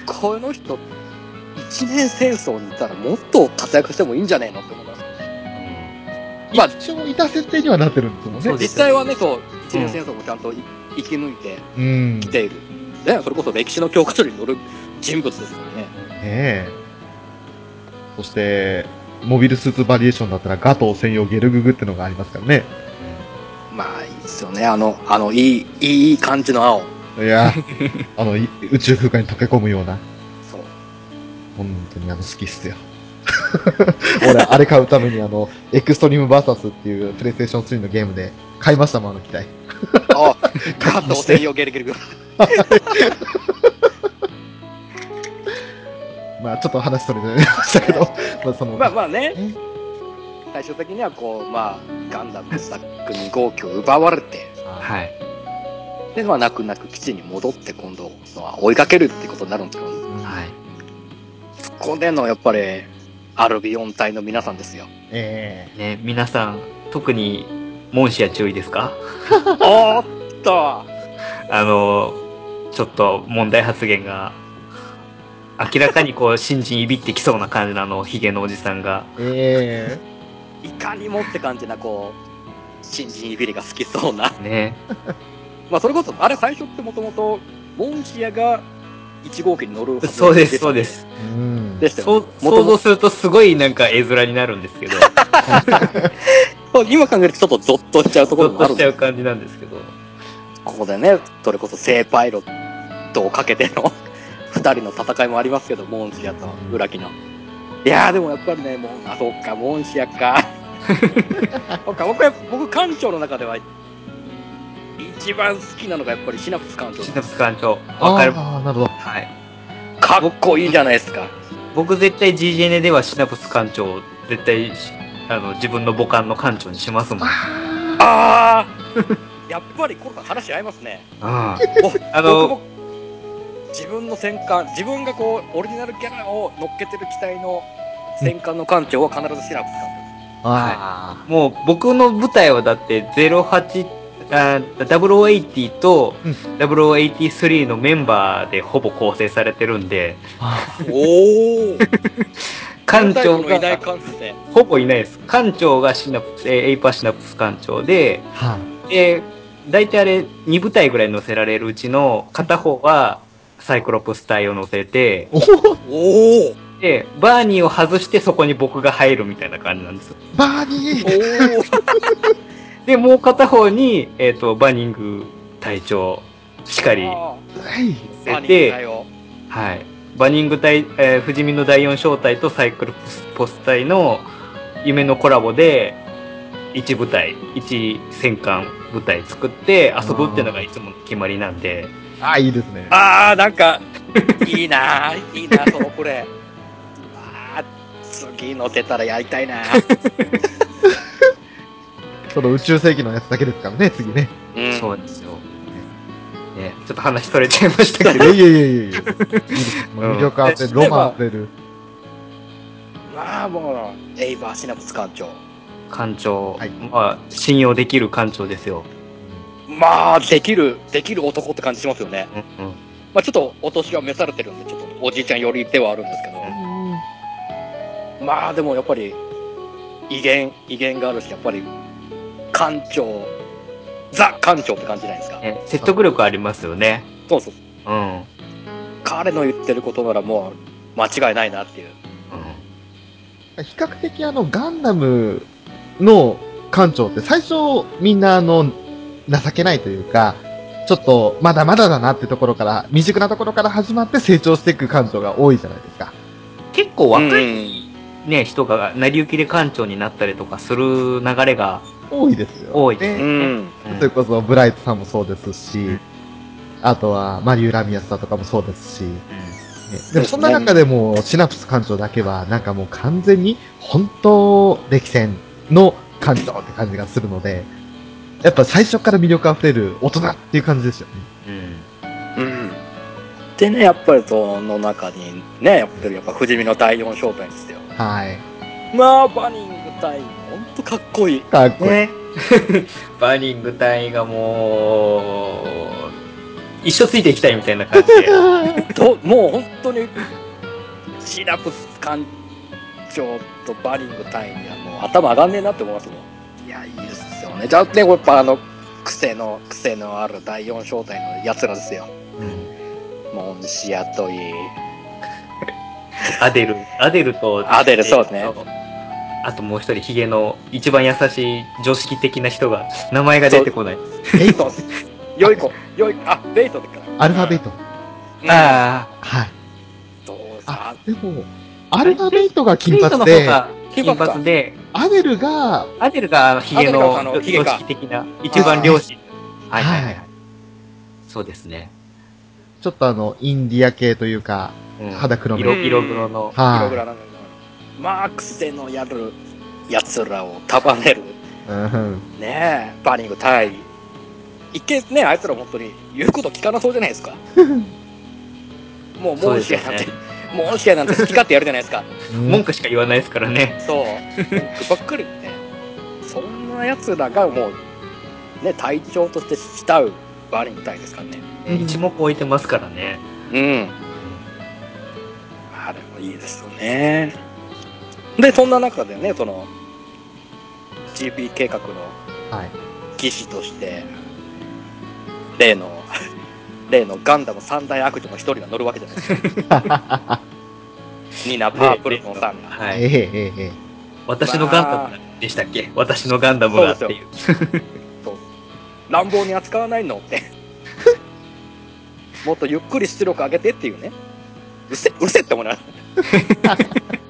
[SPEAKER 3] この人、一年戦争にいたらもっと活躍してもいいんじゃねえのって思います。まあ、
[SPEAKER 2] 一応いた設定にはなってるんですもん
[SPEAKER 4] そう
[SPEAKER 2] ね。
[SPEAKER 4] です
[SPEAKER 3] 実際はね、そう、一年戦争もちゃんとい生き抜いて
[SPEAKER 2] うん。
[SPEAKER 3] き
[SPEAKER 2] ね
[SPEAKER 3] ている。ね、それこそ歴史の教科書に載る人物ですからね。
[SPEAKER 2] え。そして、モビルスーツバリエーションだったらガトー専用ゲルググってのがありますからね。
[SPEAKER 3] まあ、いいですよね。あの、あの、いい、いい感じの青。
[SPEAKER 2] いや、 *laughs* あの、い宇宙空間に溶け込むような。
[SPEAKER 3] そう。
[SPEAKER 2] 本当にあの好きっすよ。 *laughs* 俺、あれ買うためにあの、エクストリームバーサスっていうプレイステーション3のゲームで買いましたもん、あの機体。
[SPEAKER 3] *laughs* あ、ガッと専用ゲルゲルゲル。
[SPEAKER 2] まあ、ちょっと話それでましたけど、 *laughs* まあ、その、
[SPEAKER 3] まあまあね
[SPEAKER 2] うん、
[SPEAKER 3] 最終的にはこう、まあ、ガンダムのスタックに号機を奪われて、
[SPEAKER 4] はい。
[SPEAKER 3] で、まあ、泣く泣く基地に戻って、今度、まあ追いかけるってことになるんですけど、
[SPEAKER 4] はい。
[SPEAKER 3] そこでのやっぱり、アルビオン隊の皆さんですよ。
[SPEAKER 2] ええ
[SPEAKER 4] ね、皆さん、特に、モンシア注意ですか
[SPEAKER 3] おーっと
[SPEAKER 4] あの、ちょっと問題発言が、明らかにこう、新人いびってきそうな感じのあの、ヒゲのおじさんが、
[SPEAKER 2] え
[SPEAKER 3] いかにもって感じな、こう、新人いびりが好きそうな。
[SPEAKER 4] ね、
[SPEAKER 3] まあ、それこそ、あれ最初ってもともと、モンシアが1号機に乗るはず
[SPEAKER 4] そうです、そうで。す
[SPEAKER 2] え。うん。
[SPEAKER 3] でしたよね
[SPEAKER 4] そう想像するとすごいなんか絵面になるんですけ
[SPEAKER 3] *laughs*
[SPEAKER 4] ど、
[SPEAKER 3] そう今考えるとちょっとゾッとしちゃうところ
[SPEAKER 4] ほっ
[SPEAKER 3] も
[SPEAKER 4] と
[SPEAKER 3] ある
[SPEAKER 4] し
[SPEAKER 3] ん
[SPEAKER 4] ちゃ
[SPEAKER 3] で
[SPEAKER 4] う感じなんですけど、
[SPEAKER 3] ここでね、それこそ正パイロットをかけての *laughs* 2人の戦いもありますけど、モンシアと裏木の。いやーでもやっぱりね、もう、あ、そっか、モンシアか。 *laughs* そっか、僕は、僕、艦長の中では、一番好きなのがやっぱりシナプス艦長
[SPEAKER 4] シ。ナプス艦長、わかる。
[SPEAKER 2] ああ、なるほど。
[SPEAKER 4] はい。
[SPEAKER 3] かっこいいじゃないですか。
[SPEAKER 4] 僕絶対 GGN ではシナプス艦長を絶対しあの自分の母艦の艦長にしますもん。
[SPEAKER 3] あーやっぱり、コロさん話合いますね。
[SPEAKER 4] *laughs* あ
[SPEAKER 3] あ
[SPEAKER 4] あ
[SPEAKER 3] の
[SPEAKER 4] の
[SPEAKER 3] 自分の戦艦自分がこうオリジナルキャラを乗っけてる機体の戦艦の艦長は必ずシナプス
[SPEAKER 2] は
[SPEAKER 4] もう僕の舞台はだって08あ0080と
[SPEAKER 2] うん
[SPEAKER 4] 0083のメンバーでほぼ構成されてるんで
[SPEAKER 3] 艦長おお
[SPEAKER 4] 艦長
[SPEAKER 3] のいない
[SPEAKER 4] が
[SPEAKER 3] 艦長で
[SPEAKER 4] ほぼいないです艦長がシナプスえーエイパーシナプス艦長で
[SPEAKER 2] い。は
[SPEAKER 4] で大体あれ2部隊ぐらい乗せられるうちの片方はサイクロプス隊を乗せて
[SPEAKER 2] おお
[SPEAKER 3] おお
[SPEAKER 4] で、バーニーを外してそこに僕が入るみたいな感じなんですよ。
[SPEAKER 2] バーニー
[SPEAKER 4] で、もう片方に、えっ、と、バニング隊長、しかり、
[SPEAKER 2] はい。
[SPEAKER 4] で
[SPEAKER 3] を
[SPEAKER 4] はい。バニング隊、えー、富士見の第4小隊とサイクルポスポス隊の夢のコラボで、1部隊、1戦艦部隊作って遊ぶっていうのがいつもの決まりなんで、
[SPEAKER 2] ああ、いいですね。
[SPEAKER 3] ああなんか *laughs* いいなーいいなそのこれあ次乗せたらやりたいな
[SPEAKER 2] その宇宙世紀のやつだけですからね、次ね。
[SPEAKER 3] うん
[SPEAKER 4] そうですよ。ね、ちょっと話それちゃいましたけ
[SPEAKER 2] い
[SPEAKER 4] ど
[SPEAKER 2] や、いやいやいやいや。いいですもう魅力あふれる、
[SPEAKER 3] うん
[SPEAKER 2] ロマンあふれる。
[SPEAKER 3] まあもうエイバーシナプス艦長
[SPEAKER 4] 艦長、
[SPEAKER 2] はい
[SPEAKER 4] まあ、信用できる艦長ですよ。
[SPEAKER 3] まあできるできる男って感じしますよね
[SPEAKER 4] うんうん
[SPEAKER 3] まあ、ちょっとお年は召されてるんで、ちょっとおじいちゃん寄りではあるんですけど、まあでもやっぱり、威厳、威厳があるし、やっぱり、艦長、ザ艦長って感じじゃないですか。
[SPEAKER 4] ね、説得力ありますよね。
[SPEAKER 3] そうそう。
[SPEAKER 4] うん。うん
[SPEAKER 3] 彼の言ってることならもう、間違いないなっていう。
[SPEAKER 2] 比較的あの、ガンダムの艦長って最初みんなあの、情けないというか、ちょっとまだまだだなってところから、未熟なところから始まって成長していく艦長が多いじゃないですか。
[SPEAKER 4] 結構若い、
[SPEAKER 3] い。
[SPEAKER 4] ね、人が成り行きで館長になったりとかする流れが、
[SPEAKER 2] 多いですよ。
[SPEAKER 4] 多いです
[SPEAKER 3] う
[SPEAKER 4] ね
[SPEAKER 3] ん。
[SPEAKER 4] うん
[SPEAKER 2] それこそブライトさんもそうですし
[SPEAKER 4] ん、
[SPEAKER 2] あとはマリウ・ラミアスだとかもそうですし、ね
[SPEAKER 4] う
[SPEAKER 2] でもそんな中でもシナプス艦長だけはなんかもう完全に本当歴戦の艦長って感じがするので、やっぱ最初から魅力あふれる大人っていう感じですよね。
[SPEAKER 4] んうん
[SPEAKER 3] うん。でね、やっぱりその中に、ね、やっぱりやっぱ富士見の第4招待ですよ。
[SPEAKER 2] はい。
[SPEAKER 3] まあ、バニング対、ほんとかっこいい。
[SPEAKER 2] かっこいい。
[SPEAKER 4] ね、 *laughs* バーニング隊がもう、一生ついていきたいみたいな感じ *laughs* で。
[SPEAKER 3] どもう本当にシラプス艦長とバリング隊員にはもう頭上がんねえなって思いますもんいやいいですよねじゃあねやっぱあの癖の癖のある第4小隊のやつらですよモンシアといい
[SPEAKER 4] アデル、アデルと、
[SPEAKER 3] アデルそうですね
[SPEAKER 4] えっと。あともう一人、ヒゲの一番優しい常識的な人が、名前が出てこない。
[SPEAKER 3] ベイトン良い *laughs* 子良い子あベイトンだから
[SPEAKER 2] アルファベット。
[SPEAKER 3] あ
[SPEAKER 4] あ
[SPEAKER 2] はい。
[SPEAKER 3] どう
[SPEAKER 2] あ
[SPEAKER 3] さ、
[SPEAKER 2] でも、アルファベットが
[SPEAKER 4] あ、
[SPEAKER 2] 金
[SPEAKER 4] ベイト
[SPEAKER 2] 髪
[SPEAKER 4] の
[SPEAKER 2] で
[SPEAKER 4] 方、が金
[SPEAKER 3] 金髪か
[SPEAKER 4] 髪で、
[SPEAKER 2] アデルが、
[SPEAKER 4] アデルがヒ
[SPEAKER 3] ア
[SPEAKER 4] ゲ
[SPEAKER 3] デルがあ
[SPEAKER 4] の
[SPEAKER 3] のヒ
[SPEAKER 4] 常
[SPEAKER 3] ゲか
[SPEAKER 4] 識的な、一番良心。はいはいはい
[SPEAKER 2] は
[SPEAKER 4] はい。そうですね。
[SPEAKER 2] ちょっとあの、インディア系というか、
[SPEAKER 4] うん
[SPEAKER 2] 肌黒め
[SPEAKER 4] 色色黒の。
[SPEAKER 3] 色
[SPEAKER 2] は
[SPEAKER 3] ぐらなんだけどまあ癖のやるやつらを束ねる
[SPEAKER 2] い。うん。
[SPEAKER 3] ねえバーニング対一見ねあいつら本当に言うこと聞かなそうじゃないです
[SPEAKER 4] *laughs*
[SPEAKER 3] かもう
[SPEAKER 4] そ
[SPEAKER 3] モ
[SPEAKER 4] うで
[SPEAKER 3] ン
[SPEAKER 4] す
[SPEAKER 3] シ
[SPEAKER 4] よ
[SPEAKER 3] アなんて、
[SPEAKER 4] ね
[SPEAKER 3] もうモンシアなんて好き勝手やるじゃないですか
[SPEAKER 4] 文句しか言わないですからね。
[SPEAKER 3] そうばっかりねそんなやつらがもうね隊長として慕うバーニング隊ですからね
[SPEAKER 2] うん
[SPEAKER 4] 一目置いてますからね。
[SPEAKER 3] うんあれもいいですよねでそんな中でねその GP 計画の
[SPEAKER 2] はい。
[SPEAKER 3] 技師として例の *laughs* 例のガンダム三大悪女の一人が乗るわけじゃないですかニナ・パープルのさんが
[SPEAKER 4] は
[SPEAKER 2] ええ
[SPEAKER 4] い。
[SPEAKER 2] えええ
[SPEAKER 4] 私のガンダムでしたっけ私のガンダムがっていう。
[SPEAKER 3] 乱暴に扱わないのってもっとゆっくり出力上げてっていうねうるせうるせって思いながら